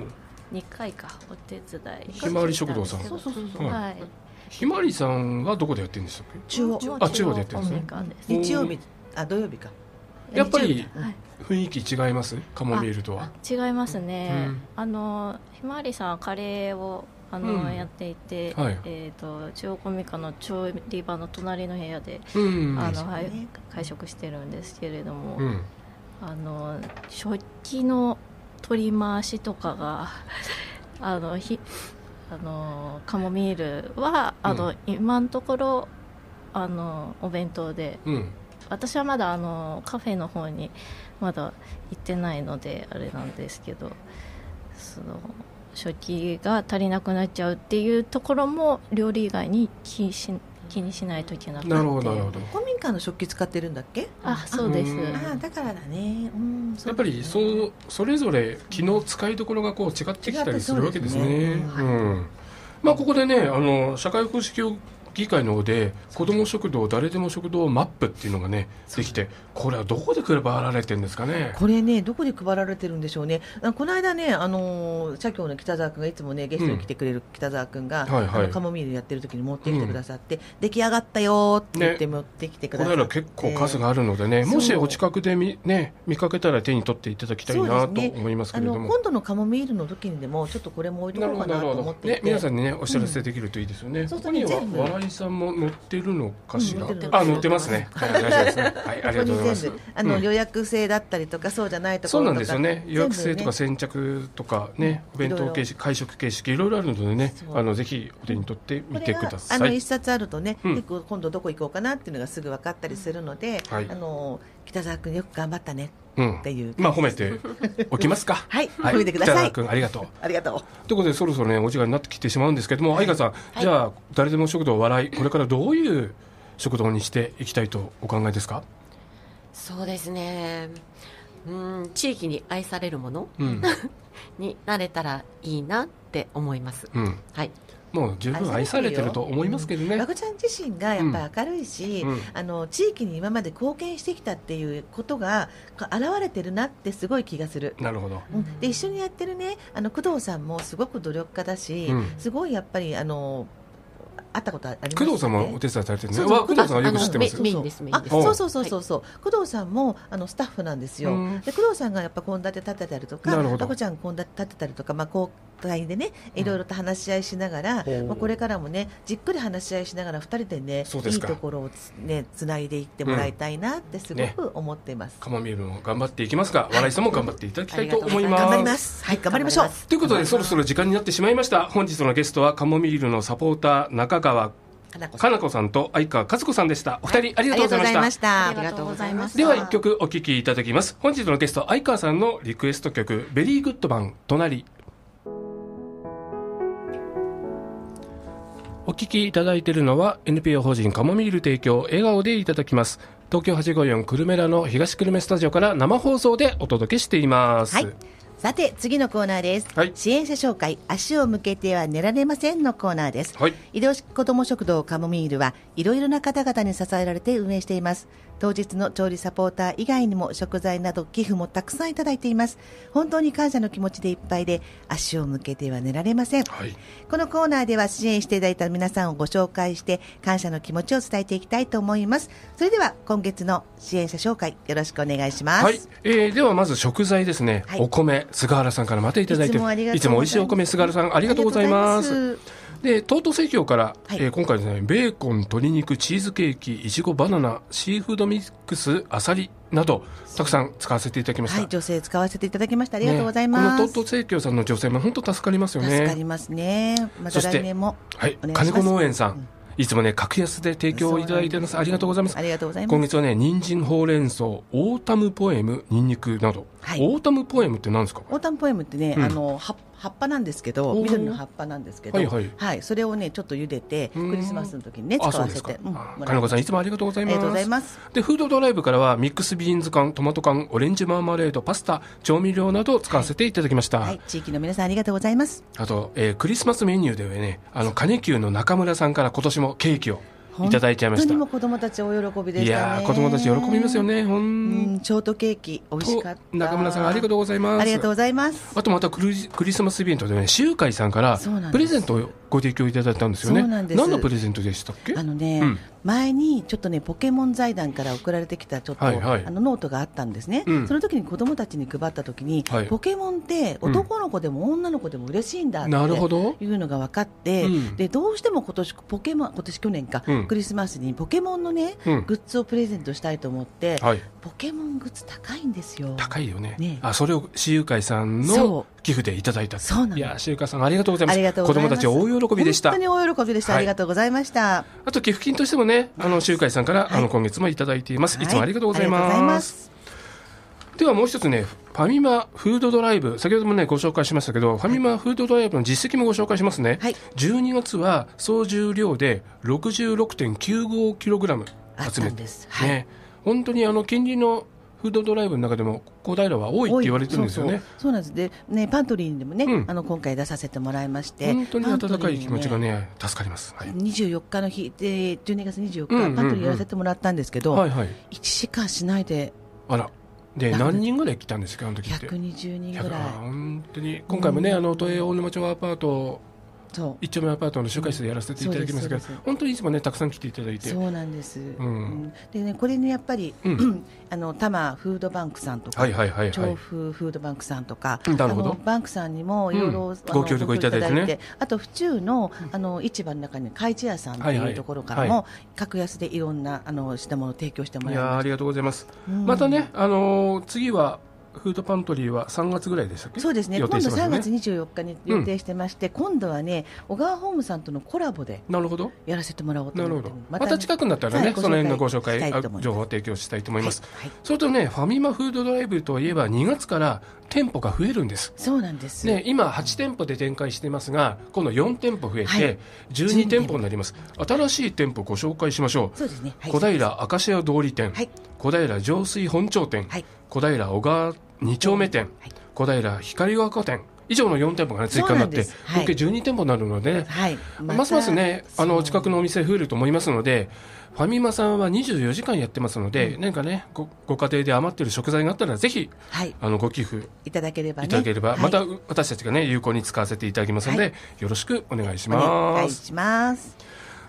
Speaker 3: 2回かお手伝い
Speaker 2: ひまわり食堂さん
Speaker 3: そう
Speaker 4: そうそう
Speaker 2: そう
Speaker 3: はい
Speaker 2: ひまわりさんはどこでやってるんでしたっ
Speaker 1: 中央
Speaker 2: あ中央でやってるんですね
Speaker 1: うん日曜日あ土曜日か
Speaker 2: けやっぱり
Speaker 3: はい
Speaker 2: 雰囲気違いますカモミールとは
Speaker 3: 違いますね、
Speaker 2: うん
Speaker 3: あのひまわりさんはカレーをあの、
Speaker 2: うん
Speaker 3: やっていて、
Speaker 2: はい
Speaker 3: えー、と中央コミカの調理場の隣の部屋で、
Speaker 2: うん
Speaker 3: あの
Speaker 1: そうね
Speaker 3: はい、会食してるんですけれども、
Speaker 2: うん
Speaker 3: あの食器の取り回しとかが (laughs) あのひあのカモミールはあの、
Speaker 2: う
Speaker 3: 今のところあのお弁当で
Speaker 2: うん
Speaker 3: 私はまだあのカフェの方にまだ行ってないのであれなんですけどその初期が足りなくなっちゃうっていうところも料理以外に気にし気にしないといけなくて
Speaker 2: なるほどなるほど
Speaker 1: 公民館の食器使ってるんだっけ
Speaker 3: あそうです、
Speaker 2: うん
Speaker 1: ああだからだねうん
Speaker 2: やっぱりそうそれぞれ気の使いどころがこう違ってきたりするわけですね。
Speaker 1: 違ってそうですね
Speaker 2: うんまあ、ここでねあの社会福祉協議会の方で子ども食堂誰でも食堂マップっていうのがねできてこれはどこで配られてるんですかね。
Speaker 1: これねどこで配られてるんでしょうねあこの間ねあのー社協の北沢君がいつもねゲストに来てくれる北沢君が、
Speaker 2: うんはいはい
Speaker 1: あのカモミールやってる時に持ってきてくださって、出来上がったよーって言って持ってきてく
Speaker 2: こ
Speaker 1: ださ
Speaker 2: れ
Speaker 1: って、
Speaker 2: ら結構数があるのでね、
Speaker 1: そう
Speaker 2: もしお近くでみ、ね、見かけたら手に取っていただきたいな
Speaker 1: そう
Speaker 2: と
Speaker 1: ですね
Speaker 2: 思いますけ
Speaker 1: あ
Speaker 2: れど
Speaker 1: の
Speaker 2: も、
Speaker 1: 今度のカモミールの時にでもちょっとこれも置いと
Speaker 2: なる
Speaker 1: こう
Speaker 2: ほ
Speaker 1: か
Speaker 2: ど
Speaker 1: な
Speaker 2: なる
Speaker 1: と
Speaker 2: ほ
Speaker 1: 思
Speaker 2: ど
Speaker 1: っ、ていて
Speaker 2: ね、皆さんにねお知らせできるといいですよね、
Speaker 1: そう
Speaker 2: こ
Speaker 1: す
Speaker 2: こ
Speaker 1: るとね
Speaker 2: には
Speaker 1: 全部
Speaker 2: 笑いさんも乗ってるのかしら、
Speaker 1: うん乗ってる
Speaker 2: あ乗ってますねはい大丈夫ですねはいありが
Speaker 1: こと
Speaker 2: う
Speaker 1: こ
Speaker 2: ございま
Speaker 1: に
Speaker 2: す
Speaker 1: 全部あの、
Speaker 2: うん
Speaker 1: 予約制だったりとかそうじゃないとこ
Speaker 2: そう
Speaker 1: ろと
Speaker 2: な
Speaker 1: か
Speaker 2: んですよね予約制とか
Speaker 1: 全
Speaker 2: 先着とかねお弁当形式会食形式いろいろあるのでね
Speaker 1: そう
Speaker 2: あのぜひお手に取って
Speaker 1: 部ね
Speaker 2: み
Speaker 1: これ
Speaker 2: て
Speaker 1: が
Speaker 2: くだ
Speaker 1: あ
Speaker 2: さ
Speaker 1: の
Speaker 2: い
Speaker 1: 一冊あるとね、
Speaker 2: うん
Speaker 1: 結構今度どこ行こうかなっていうのがすぐ分かったりするので、
Speaker 2: はい
Speaker 1: あの北沢君よく頑張ったね
Speaker 2: うん
Speaker 1: っていう
Speaker 2: まあ褒めておきますか
Speaker 1: (laughs) はい褒めてください
Speaker 2: 北原君ありがとう
Speaker 1: ありがとう
Speaker 2: ということでそろそろねお時間になってきてしまうんですけども愛花さんじゃあ誰でも食堂笑いこれからどういう食堂にしていきたいとお考えですか
Speaker 4: そうですねうん地域に愛されるもの
Speaker 2: うん
Speaker 4: になれたらいいなって思います
Speaker 2: うん
Speaker 4: はい
Speaker 2: もう十分愛されてると思いますけどね
Speaker 1: ラ。コちゃん自身がやっぱり明るいし、
Speaker 2: うんうん
Speaker 1: あの地域に今まで貢献してきたっていうことがこう現れてるなってすごい気がする。
Speaker 2: なるほど。
Speaker 1: うんで一緒にやってるねあの工藤さんもすごく努力家だし、
Speaker 2: うん
Speaker 1: すごいやっぱりあの会ったことあります
Speaker 2: 工
Speaker 1: よね
Speaker 2: 藤さんもお手伝いされてるんです
Speaker 1: そ
Speaker 2: ね
Speaker 1: う
Speaker 2: わ
Speaker 1: そう
Speaker 2: 工藤さんはよく知ってま
Speaker 1: そ
Speaker 2: す
Speaker 1: うそう
Speaker 6: メインですメインです
Speaker 1: あそうそうそうそうそう、工藤さんもあのスタッフなんですよ、
Speaker 2: うん
Speaker 1: で工藤さんがやっぱ献立立てたりとか
Speaker 2: なるほど
Speaker 1: あこちゃん献立立てたりとか、まあ、公開でねいろいろと話し合いしながら、
Speaker 2: ほう
Speaker 1: まあ、これからもねじっくり話し合いしながら二人でね
Speaker 2: そうで
Speaker 1: い
Speaker 2: す
Speaker 1: い
Speaker 2: か
Speaker 1: ところをつ,、ね、つないでいってもらいたいなってすご
Speaker 2: ね
Speaker 1: く思っています、
Speaker 2: カマミールも頑張っていきますが笑いさんも頑張っていただきたいと思い
Speaker 1: 頑張り
Speaker 2: ま
Speaker 1: ますすはい頑張りましょう
Speaker 2: ということでそろそろ時間になってしまいました本日のゲストはカモミールのサポーター中川
Speaker 1: 花子さ
Speaker 2: か
Speaker 1: ん
Speaker 2: なこさんと相川和子さんでしたお二人ありがとうございました
Speaker 1: た
Speaker 6: ありがとうございました
Speaker 2: では一曲お聴きいただきます本日のゲスト相川さんのリクエスト曲「ベリーグッドマン隣」お聴きいただいているのは NPO 法人カモミール提供笑顔でいただきます東京854久留米らの東久留米スタジオから生放送でお届けしています、
Speaker 1: はいさて次のコーナーです、
Speaker 2: はい
Speaker 1: 支援者紹介足を向けては寝られませんのコーナーです、
Speaker 2: はい
Speaker 1: 移動式子ども食堂カモミールはいろいろな方々に支えられて運営しています当日の調理サポーター以外にも食材など寄付もたくさんいただいています本当に感謝の気持ちでいっぱいで足を向けては寝られません、
Speaker 2: はい
Speaker 1: このコーナーでは支援していただいた皆さんをご紹介して感謝の気持ちを伝えていきたいと思いますそれでは今月の支援者紹介よろしくお願いします、
Speaker 2: はい、えー、ではまず食材ですね、
Speaker 1: はい
Speaker 2: お米菅原さんからまたいただいて
Speaker 1: いつもありがとうございます
Speaker 2: いつも美味しいお米菅原さんありがとうございます
Speaker 1: ありがとうございます
Speaker 2: で、東都生協から、
Speaker 1: はい
Speaker 2: えー今回ですね、ベーコン、鶏肉、チーズケーキ、いちご、バナナ、シーフードミックス、アサリなど、たくさん使わせていただきました。
Speaker 1: はい、女性使わせていただきました。あ
Speaker 2: あ
Speaker 1: りがとうございま
Speaker 2: こ
Speaker 1: す。
Speaker 2: の東都生協さんの女性も本当助かりますよね。
Speaker 1: 助かりますね。また
Speaker 2: そして
Speaker 1: 来年も
Speaker 2: はい
Speaker 1: お願、いします
Speaker 2: 金子農園さん、
Speaker 1: うん
Speaker 2: いつもね、格安で提供をいただいてます。ありがとうございます
Speaker 1: あ。りがとうございま
Speaker 2: 今
Speaker 1: す。
Speaker 2: 月はね、人参、ほうれん草、オータムポエム、ニンニクなど。
Speaker 1: はい
Speaker 2: オータムポエムって何ですか
Speaker 1: オータムポエムってね、
Speaker 2: うん
Speaker 1: あの葉葉っぱなんですけど、
Speaker 2: おー
Speaker 1: 緑の葉っぱなんですけど、
Speaker 2: はいはい
Speaker 1: それをねちょっと茹でて
Speaker 2: うん
Speaker 1: クリスマスの時にね使
Speaker 2: あ、そう
Speaker 1: わ
Speaker 2: で
Speaker 1: せ
Speaker 2: すか
Speaker 1: て、。うん
Speaker 2: あ
Speaker 1: もらい
Speaker 2: 金子
Speaker 1: ま
Speaker 2: さん、いつもありがとうござ
Speaker 1: あ
Speaker 2: い
Speaker 1: り
Speaker 2: ま
Speaker 1: がとうござ
Speaker 2: す
Speaker 1: い。ます。
Speaker 2: でフードドライブからはミックスビーンズ缶トマト缶オレンジマーマレードパスタ調味料などを使わせていただきました、
Speaker 1: はい、地域の皆さんありがとうございます。
Speaker 2: あと、えークリスマスメニューではねあの金球の中村さんから今年もケーキをいただいちゃいまし
Speaker 1: 本当
Speaker 2: た
Speaker 1: にもう子供たちお喜びで
Speaker 2: い
Speaker 1: したね。
Speaker 2: やー子供たち喜びますよ。ねほ
Speaker 1: うんん、ショートケーキ美味し
Speaker 2: と
Speaker 1: かった。
Speaker 2: 中村さんありがとうございます
Speaker 1: ありがとうございます。
Speaker 2: あとまたクリスクリスマスイベントでね周海さんから
Speaker 1: そうなんです
Speaker 2: プレゼントをご提供いただいたんですよね
Speaker 1: そうなんです
Speaker 2: 何のプレゼントでしたっけ
Speaker 1: あのね、
Speaker 2: うん
Speaker 1: 前にちょっとねポケモン財団から送られてきたちょっと、
Speaker 2: はいはい
Speaker 1: あのノートがあったんですね、
Speaker 2: うん
Speaker 1: その時に子供たちに配った時に、
Speaker 2: はい
Speaker 1: ポケモンって男の子でも女の子でも嬉しいんだって、
Speaker 2: なるほど
Speaker 1: いうのが分かって、
Speaker 2: うん
Speaker 1: でどうしても今年ポケモン今年去年か、
Speaker 2: うん
Speaker 1: クリスマスにポケモンのね、
Speaker 2: うん
Speaker 1: グッズをプレゼントしたいと思って、
Speaker 2: はい
Speaker 1: ポケモングッズ高いんですよ。
Speaker 2: 高いよね
Speaker 1: ね
Speaker 2: あそれを私有会さん
Speaker 1: そ
Speaker 2: の寄付でいただいた
Speaker 1: そうなの
Speaker 2: いや私有会さんありがとうございま
Speaker 1: あ
Speaker 2: す
Speaker 1: りがとうございます。
Speaker 2: 子供たち大喜びでした
Speaker 1: 本当に大喜びでした。
Speaker 2: はい
Speaker 1: ありがとうございました。
Speaker 2: あと寄付金としてもねあの周海さんから、
Speaker 1: はい
Speaker 2: あの今月もいただいています、い、つもありがとうござい
Speaker 1: はありがとうござい
Speaker 2: ま
Speaker 1: ますす。
Speaker 2: ではもう一つねファミマフードドライブ先ほどもねご紹介しましたけど、ファミマフードドライブの実績もご紹介しますね、
Speaker 1: はい
Speaker 2: 12月は総重量で 66.95kg
Speaker 1: あっ
Speaker 2: 集
Speaker 1: た
Speaker 2: め
Speaker 1: ん
Speaker 2: て
Speaker 1: ですはい
Speaker 2: ね本当にあの近隣のフードドライブの中でも小平は多いって言われてるんですよね
Speaker 1: 多いそうそうそうなんですでねパントリーにでもね、
Speaker 2: うん
Speaker 1: あの今回出させてもらいまして
Speaker 2: 本当に温かい気持ち
Speaker 1: パ
Speaker 2: が
Speaker 1: ントリーにね
Speaker 2: ね助かります、はい
Speaker 1: 24日の日で12月24
Speaker 2: うんう
Speaker 1: 日、
Speaker 2: んうん
Speaker 1: パントリーやらせてもらったんですけど、
Speaker 2: はいはい
Speaker 1: 1時間しないで
Speaker 2: あらで
Speaker 1: なんで
Speaker 2: 何人ぐらい来たんですかあの時って
Speaker 1: 120人ぐ
Speaker 2: いや
Speaker 1: らい
Speaker 2: 本当に今回もね、
Speaker 1: うん
Speaker 2: あの都営大沼町アパート
Speaker 1: そ
Speaker 2: 一丁目アパートの集会室でやらせていただきましたけ
Speaker 1: うんそうですそ
Speaker 2: ど
Speaker 1: うです
Speaker 2: 本当にいつもねたくさん来ていただいうて
Speaker 1: そうなんです、
Speaker 2: ん
Speaker 1: うんでねこれねやっぱり、
Speaker 2: うん
Speaker 1: (clears throat) あの多摩フードバンクさんとか、
Speaker 2: はいはいはいは
Speaker 1: 調
Speaker 2: い
Speaker 1: 布フードバンクさんとか、
Speaker 2: うんなるほど
Speaker 1: あのバンクさんにもいろいろ
Speaker 2: うん
Speaker 1: あの
Speaker 2: ご協力いただいてね
Speaker 1: ご協力あと府中のあの市場の中に海地屋さんと
Speaker 2: はい
Speaker 1: い
Speaker 2: はいう
Speaker 1: ところからも、格安でいろんなあの品物を提供しても
Speaker 2: い
Speaker 1: らい
Speaker 2: やーあ
Speaker 1: ま
Speaker 2: りがとうございます、
Speaker 1: す。うん
Speaker 2: またねあのー次はフードパントリーは3月ぐらいでしたっけ
Speaker 1: そうですね
Speaker 2: 予
Speaker 1: 今度
Speaker 2: 定してます
Speaker 1: 3
Speaker 2: よね
Speaker 1: 月24日に予定してまして、今度はね小川ホームさんとのコラボで
Speaker 2: なるほど
Speaker 1: やらせてもらおうと
Speaker 2: なる
Speaker 1: 思っ
Speaker 2: ほ
Speaker 1: て
Speaker 2: ど
Speaker 1: る
Speaker 2: また近くになったらね、
Speaker 1: はい
Speaker 2: その辺のご紹
Speaker 1: し
Speaker 2: 介
Speaker 1: たいと思います
Speaker 2: あ情報を提供したいと思います、
Speaker 1: はいはい
Speaker 2: それとねファミマフードドライブといえば2月から店舗が増えるんです
Speaker 1: そうなんです、
Speaker 2: ね、今8店舗で展開していますが今度4店舗増え
Speaker 1: はい
Speaker 2: て12店舗になります、新しい店舗ご紹介しましょう
Speaker 1: そうですね、はい
Speaker 2: 小平明石屋通り店、
Speaker 1: はい
Speaker 2: 小平上水本町店、
Speaker 1: はい
Speaker 2: 小平小川2丁目店、
Speaker 1: はい
Speaker 2: 小平光が丘店以上の4店舗が、ね、追加になって
Speaker 1: そうなんですはい
Speaker 2: 合計12店舗になるので、ね
Speaker 1: はい
Speaker 2: ま
Speaker 1: た
Speaker 2: すますねあ
Speaker 1: そ
Speaker 2: の
Speaker 1: う
Speaker 2: 近くのお店増えると思いますのでファミマさんは24時間やってますので、なんかねごご家庭で余ってる食材があったらぜひ
Speaker 1: はい
Speaker 2: あのご寄付
Speaker 1: いただければね
Speaker 2: いただければ、
Speaker 1: はい
Speaker 2: またう私たちがね有効に使わせていただきますので、
Speaker 1: は
Speaker 2: よろしくお願いし
Speaker 1: お願
Speaker 2: ま
Speaker 1: い
Speaker 2: す。
Speaker 1: します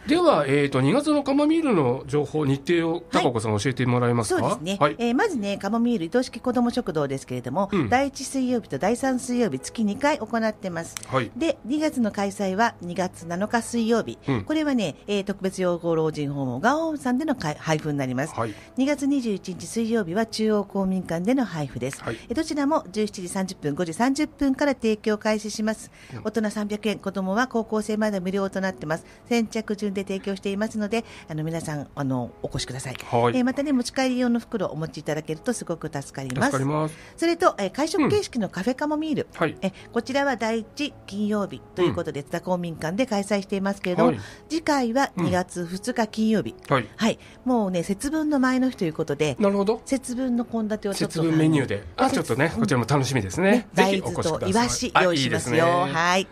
Speaker 2: では、えー、と2月のカモミールの情報、日程を高岡さん、教えてもらえます
Speaker 1: そう
Speaker 2: か。
Speaker 1: ですね、
Speaker 2: はい
Speaker 1: えーまずね、カモミール移動式子ども食堂ですけれども、
Speaker 2: うん
Speaker 1: 第1水曜日と第3水曜日、月2回行ってます。
Speaker 2: はい
Speaker 1: で2月の開催は2月7日水曜日、
Speaker 2: うん
Speaker 1: これはね、えー特別養護老人ホームがオーンさんでの開配布になります、
Speaker 2: はい
Speaker 1: 2月21日水曜日は中央公民館での配布です、
Speaker 2: はい
Speaker 1: えーどちらも17時30分5時30分から提供開始します、大人300円子どもは高校生まで無料となってます先着順で提供していますのであの皆さんあのお越しください、
Speaker 2: はい
Speaker 1: えーまたね持ち帰り用の袋をお持ちいただけるとすごく助かります
Speaker 2: 助かります。
Speaker 1: それと、えー会食形式のカフェカモミール、
Speaker 2: はい
Speaker 1: えこちらは第1金曜日ということで、津田公民館で開催していますけれども、
Speaker 2: はい
Speaker 1: 次回は
Speaker 2: うん
Speaker 1: 2月2日金曜日、
Speaker 2: はい。
Speaker 1: はい、もうね節分の前の日ということで
Speaker 2: なるほど。
Speaker 1: 節分の献立をちょっと
Speaker 2: 節分メニューで、
Speaker 1: あの
Speaker 2: あ、ちょっとね、こちらも楽しみですね
Speaker 1: ね。
Speaker 2: ぜひ
Speaker 1: 大
Speaker 2: お
Speaker 1: 豆
Speaker 2: 越しくださ
Speaker 1: と
Speaker 2: い。
Speaker 1: イワシ
Speaker 2: あ
Speaker 1: 用意しますよ
Speaker 2: いいでね
Speaker 1: はい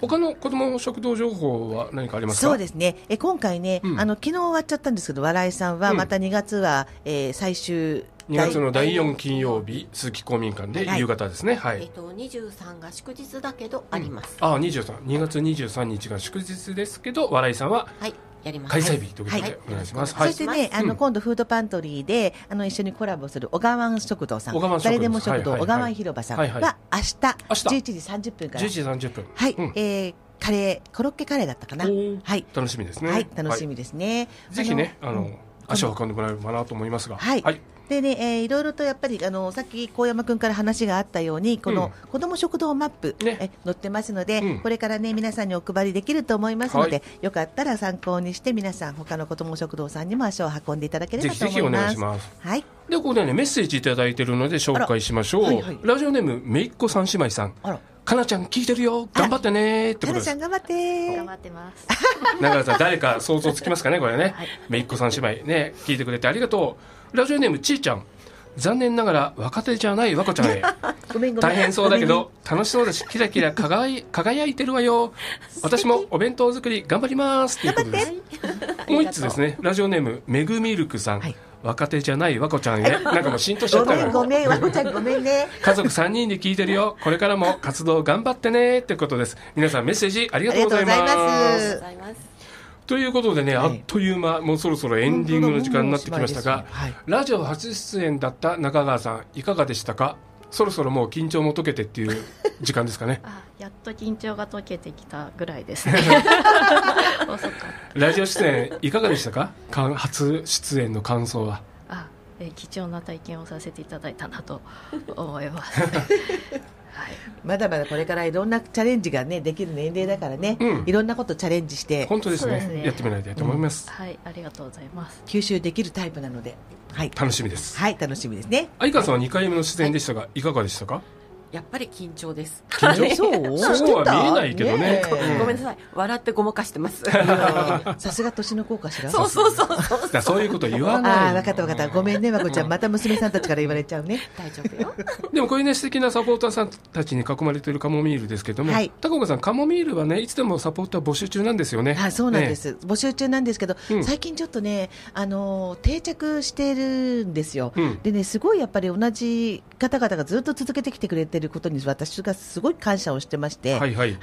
Speaker 2: 他の子供食堂情報は何かありますか。
Speaker 1: そうですねえ今回ね、
Speaker 2: うん
Speaker 1: あの昨日終わっちゃったんですけど笑いさんは
Speaker 2: うん
Speaker 1: また2月は、えー最終
Speaker 2: 2月の第4金曜日、鈴木公民館で
Speaker 1: はい
Speaker 2: 夕方ですね。は
Speaker 4: えっ
Speaker 2: い。
Speaker 4: と23が祝日だけどあります、
Speaker 2: あ、23、2月23日が祝日ですけど、笑いさんは
Speaker 4: はいやります
Speaker 2: 開催日というこ
Speaker 1: は
Speaker 2: とで
Speaker 1: い
Speaker 2: お願いします。
Speaker 4: は
Speaker 2: はい
Speaker 1: そしてね、あの
Speaker 2: うん
Speaker 1: 今度フードパントリーであの一緒にコラボする小川湾食堂さん
Speaker 2: 小川湾食堂
Speaker 1: 誰でも食堂、
Speaker 2: はいはいはい
Speaker 1: 小川湾広場さん
Speaker 2: はいはい
Speaker 1: は明日
Speaker 2: 明日
Speaker 1: 11時30分から
Speaker 2: 10時30分。
Speaker 1: はい、
Speaker 2: うん
Speaker 1: えーカレーコロッケカレーだったかな
Speaker 2: おー
Speaker 1: はい、
Speaker 2: 楽しみですね。
Speaker 1: はい、楽しみですね、
Speaker 2: はい。ぜひね、あ
Speaker 1: うん
Speaker 2: の、足を運んでもらえればなと思いますが。
Speaker 1: はいでね、えーいろいろとやっぱりあのさっき高山君から話があったようにこの子ども食堂マップ、
Speaker 2: ね
Speaker 1: え載ってますので、
Speaker 2: うん
Speaker 1: これからね皆さんにお配りできると思いますので、
Speaker 2: は
Speaker 1: よかったら参考にして皆さん他の子ども食堂さんにも足を運んでいただければ
Speaker 2: ぜひ
Speaker 1: と
Speaker 2: ぜ
Speaker 1: 思
Speaker 2: ひ
Speaker 1: い
Speaker 2: お願
Speaker 1: ま
Speaker 2: い
Speaker 1: す
Speaker 2: し。ます。
Speaker 1: はい
Speaker 2: で、ここでね、メッセージいただいてるので紹介しましょう。
Speaker 1: あらはいはい
Speaker 2: ラジオネーム、めいっこ三姉妹さん。
Speaker 1: あら
Speaker 2: かなちゃん聞いてるよ。頑張ってねーって
Speaker 1: タ
Speaker 2: こ
Speaker 1: ナ
Speaker 2: とで
Speaker 1: ちゃ
Speaker 2: す
Speaker 1: ん。頑張って
Speaker 3: 頑張ってます。
Speaker 2: だからさん、誰か想像つきますかね、これね
Speaker 3: はい。。
Speaker 2: めいっこ三姉妹ね、聞いてくれてありがとう。ラジオネーム、ちーちゃん。残念ながら若手じゃない和子
Speaker 1: (laughs)
Speaker 2: ちゃんへ。
Speaker 1: ごめんごめん
Speaker 2: 大変そうだけど、楽しそうだし、キラキラ輝い輝いてるわよ。私もお弁当作り頑張ります。ということです。もう一つですね、ラジオネーム、めぐみるくさん。
Speaker 1: はい
Speaker 2: 若手じゃない和子ちゃんへ。なんかもう浸透しちゃっ
Speaker 1: ご
Speaker 2: た
Speaker 1: め
Speaker 2: よ
Speaker 1: んごめんわこちゃんごめんね
Speaker 2: 家族3人で聞いてるよ。これからも活動頑張ってね。ってことです。皆さんメッセージありがとうございます。
Speaker 1: ありがとうございます
Speaker 4: ありがとうございます
Speaker 2: ということでね、
Speaker 1: はい
Speaker 2: あっという間、もうそろそろエンディングの時間になってきましたが、
Speaker 1: 本当だもうおしまいですね
Speaker 2: ラジオ初出演だった中川さん、いかがでしたかそろそろもう緊張も解けてっていう時間ですか
Speaker 1: (laughs)
Speaker 2: ね
Speaker 3: あ、やっと緊張が解けてきたぐらい
Speaker 6: (laughs)
Speaker 3: ですね。遅かった。
Speaker 2: ラジオ出演いかがでしたかかん初出演の感想は。
Speaker 3: あ、えー貴重な体験をさせていただいたなと思い
Speaker 6: (laughs)
Speaker 3: ます。はい。
Speaker 1: まだまだこれからいろんなチャレンジがねできる年齢だからね、
Speaker 2: うん
Speaker 1: いろんなことチャレンジして
Speaker 2: 本当ですね。
Speaker 3: そうですね
Speaker 2: やってみられたいと思います。
Speaker 3: はい、ありがとうございます。
Speaker 1: 吸収できるタイプなのではい、
Speaker 2: 楽しみです。
Speaker 1: はい、楽しみですね
Speaker 2: 相川さんは2回目の出演でしたが、いかがでしたか
Speaker 4: やっぱり緊張です
Speaker 1: 緊張そう
Speaker 2: そうは見えないけどね
Speaker 1: え
Speaker 4: ごめんなさい笑ってごまかしてます
Speaker 1: うんさすが年の子かしら
Speaker 4: そうそうそうそう
Speaker 2: だからそういうこと言わないの
Speaker 1: ああ分かった分かったごめんねまこちゃんまた娘さんたちから言われちゃう
Speaker 2: (laughs)
Speaker 1: ね
Speaker 4: 大丈夫よ
Speaker 2: でもこういうね素敵なサポーターさんたちに囲まれているカモミールですけども、
Speaker 1: はい
Speaker 2: 高岡さんカモミールはねいつでもサポーター募集中なんですよね
Speaker 1: あそうなんで、す、募集中なんですけど、
Speaker 2: うん
Speaker 1: 最近ちょっとね、あのー定着してるんですよ、
Speaker 2: うん
Speaker 1: でね、すごいやっぱり同じ方々がずっと続けてきてくれてることに、私がすごい感謝をしてまして、
Speaker 2: はいはい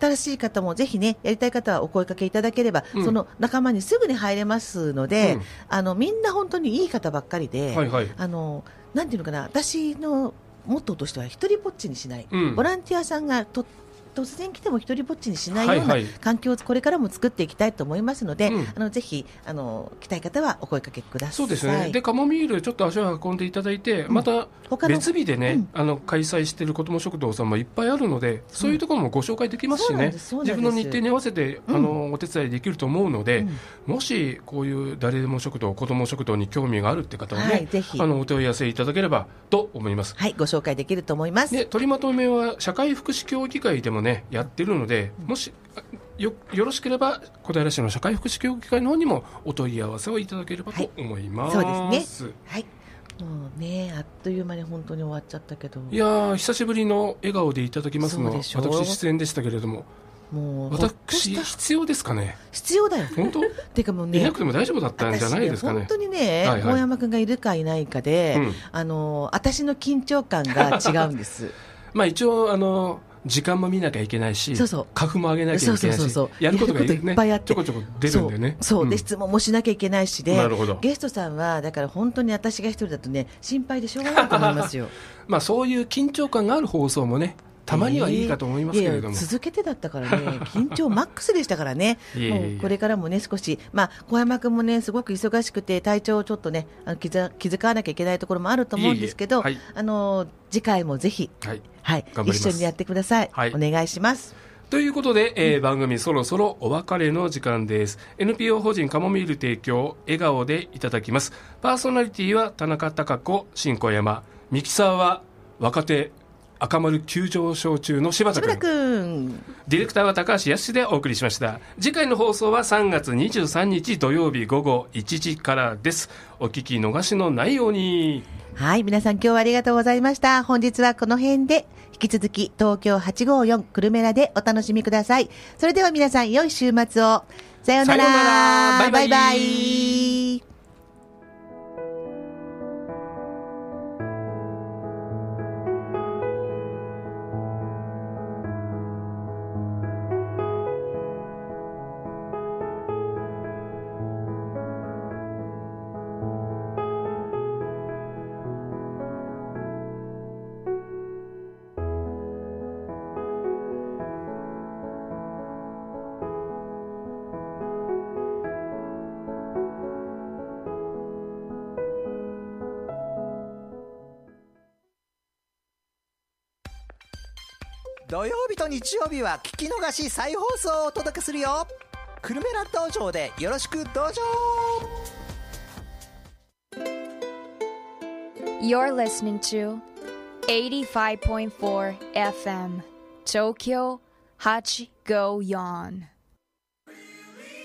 Speaker 1: 新しい方もぜひね、やりたい方はお声かけいただければ、
Speaker 2: うん
Speaker 1: その仲間にすぐに入れますので、
Speaker 2: うん
Speaker 1: あのみんな本当にいい方ばっかりで、
Speaker 2: はいはい
Speaker 1: あのなんていうのかな、私のモットーとしては、一人ぼっちにしない。
Speaker 2: うん
Speaker 1: ボランティアさんがと突然来ても一人ぼっちにしない
Speaker 2: はい
Speaker 1: ような
Speaker 2: はい
Speaker 1: 環境をこれからも作っていきたいと思いますので、
Speaker 2: うん
Speaker 1: あのぜひあの来たい方はお声かけください。
Speaker 2: そうですね、でカモミールちょっと足を運んでいただいて、また
Speaker 1: 他の
Speaker 2: 別日でね、
Speaker 1: うん
Speaker 2: あの開催している子ども食堂さんもいっぱいあるのでそういうところもご紹介できますし
Speaker 1: そうなん
Speaker 2: ね
Speaker 1: ですそうなんで
Speaker 2: 自
Speaker 1: す
Speaker 2: 分の日程に合わせて、
Speaker 1: うん
Speaker 2: あのお手伝いできると思うので、もしこういう誰でも食堂子ども食堂に興味があるって方はね、
Speaker 1: はいぜひ
Speaker 2: あのお問い合わせいただければと思います。
Speaker 1: はいご紹介できると思います。
Speaker 2: で取りまとめは社会福祉協議会でもねやってるのでもしあよよろしければ小平市の社会福祉協議会の方にもお問い合わせをいただければと思います、
Speaker 1: はいそうですはい。もうねあっという間に本当に終わっちゃったけど、
Speaker 2: いやー久しぶりの笑顔でいただきますの
Speaker 1: そう
Speaker 2: は
Speaker 1: でし
Speaker 2: 私
Speaker 1: ょう
Speaker 2: 出演でしたけれども
Speaker 1: もうほっと
Speaker 2: 私
Speaker 1: した
Speaker 2: 必要ですかね
Speaker 1: 必要だよ。
Speaker 2: 本当、
Speaker 1: てかもう
Speaker 2: いな
Speaker 1: ね
Speaker 2: く。ても大丈夫だったんじゃないですか
Speaker 1: 私
Speaker 2: ね
Speaker 1: 本当にね、
Speaker 2: はいはい
Speaker 1: 大山くんがいるかいないかで、
Speaker 2: うん
Speaker 1: あの私の緊張感が違うんです。
Speaker 2: まあ一応あの時間も見なきゃいけないし
Speaker 1: そうそう
Speaker 2: 花粉も上げなきゃいけないし
Speaker 1: そうそうそうそう
Speaker 2: やることが
Speaker 1: やることいっぱいあって
Speaker 2: ちょこちょこ (laughs) 出るんだよね
Speaker 1: そうそう
Speaker 2: うん
Speaker 1: で質問もしなきゃいけないしで、
Speaker 2: なるほど
Speaker 1: ゲストさんはだから本当に私が一人だとね心配でしょうがないと思いますよ
Speaker 2: まあ、そういう緊張感がある放送もね (laughs) たまにはいいかと思いますけれども、
Speaker 1: いやいや続けてだったからね緊張マックスでしたからね
Speaker 2: いやいやいや
Speaker 1: もうこれからもね少し、まあ、小山君もねすごく忙しくて体調をちょっとねあの気ざ気遣わなきゃいけないところもあると思うんですけど
Speaker 2: いえいえはい
Speaker 1: あの次回もぜひ、
Speaker 2: はい
Speaker 1: はい、
Speaker 2: 頑張ります
Speaker 1: 一緒にやってください、
Speaker 2: はい
Speaker 1: お願いします。
Speaker 2: ということで、えー番組そろそろお別れの時間です NPO 法人カモミール提供笑顔でいただきますパーソナリティは田中貴子新小山ミキサーは若手赤丸急上昇中の柴田
Speaker 1: 柴田
Speaker 2: 君
Speaker 1: 君
Speaker 2: ディレクターは高橋康でお送りしました次回の放送は3月23日土曜日午後1時からですお聞き逃しのないように
Speaker 1: はい、皆さん今日はありがとうございました。本日はこの辺で、引き続き東京854久留米らでお楽しみください。それでは皆さん良い週末を。さようなら。
Speaker 2: さようならバイバイ
Speaker 1: バイバイ
Speaker 6: 土曜日と日曜日は聞き逃し再放送をお届けするよ久留米ラ道場でよろしく道場
Speaker 7: You're listening to 85.4 FM Tokyo Hachi Go Yon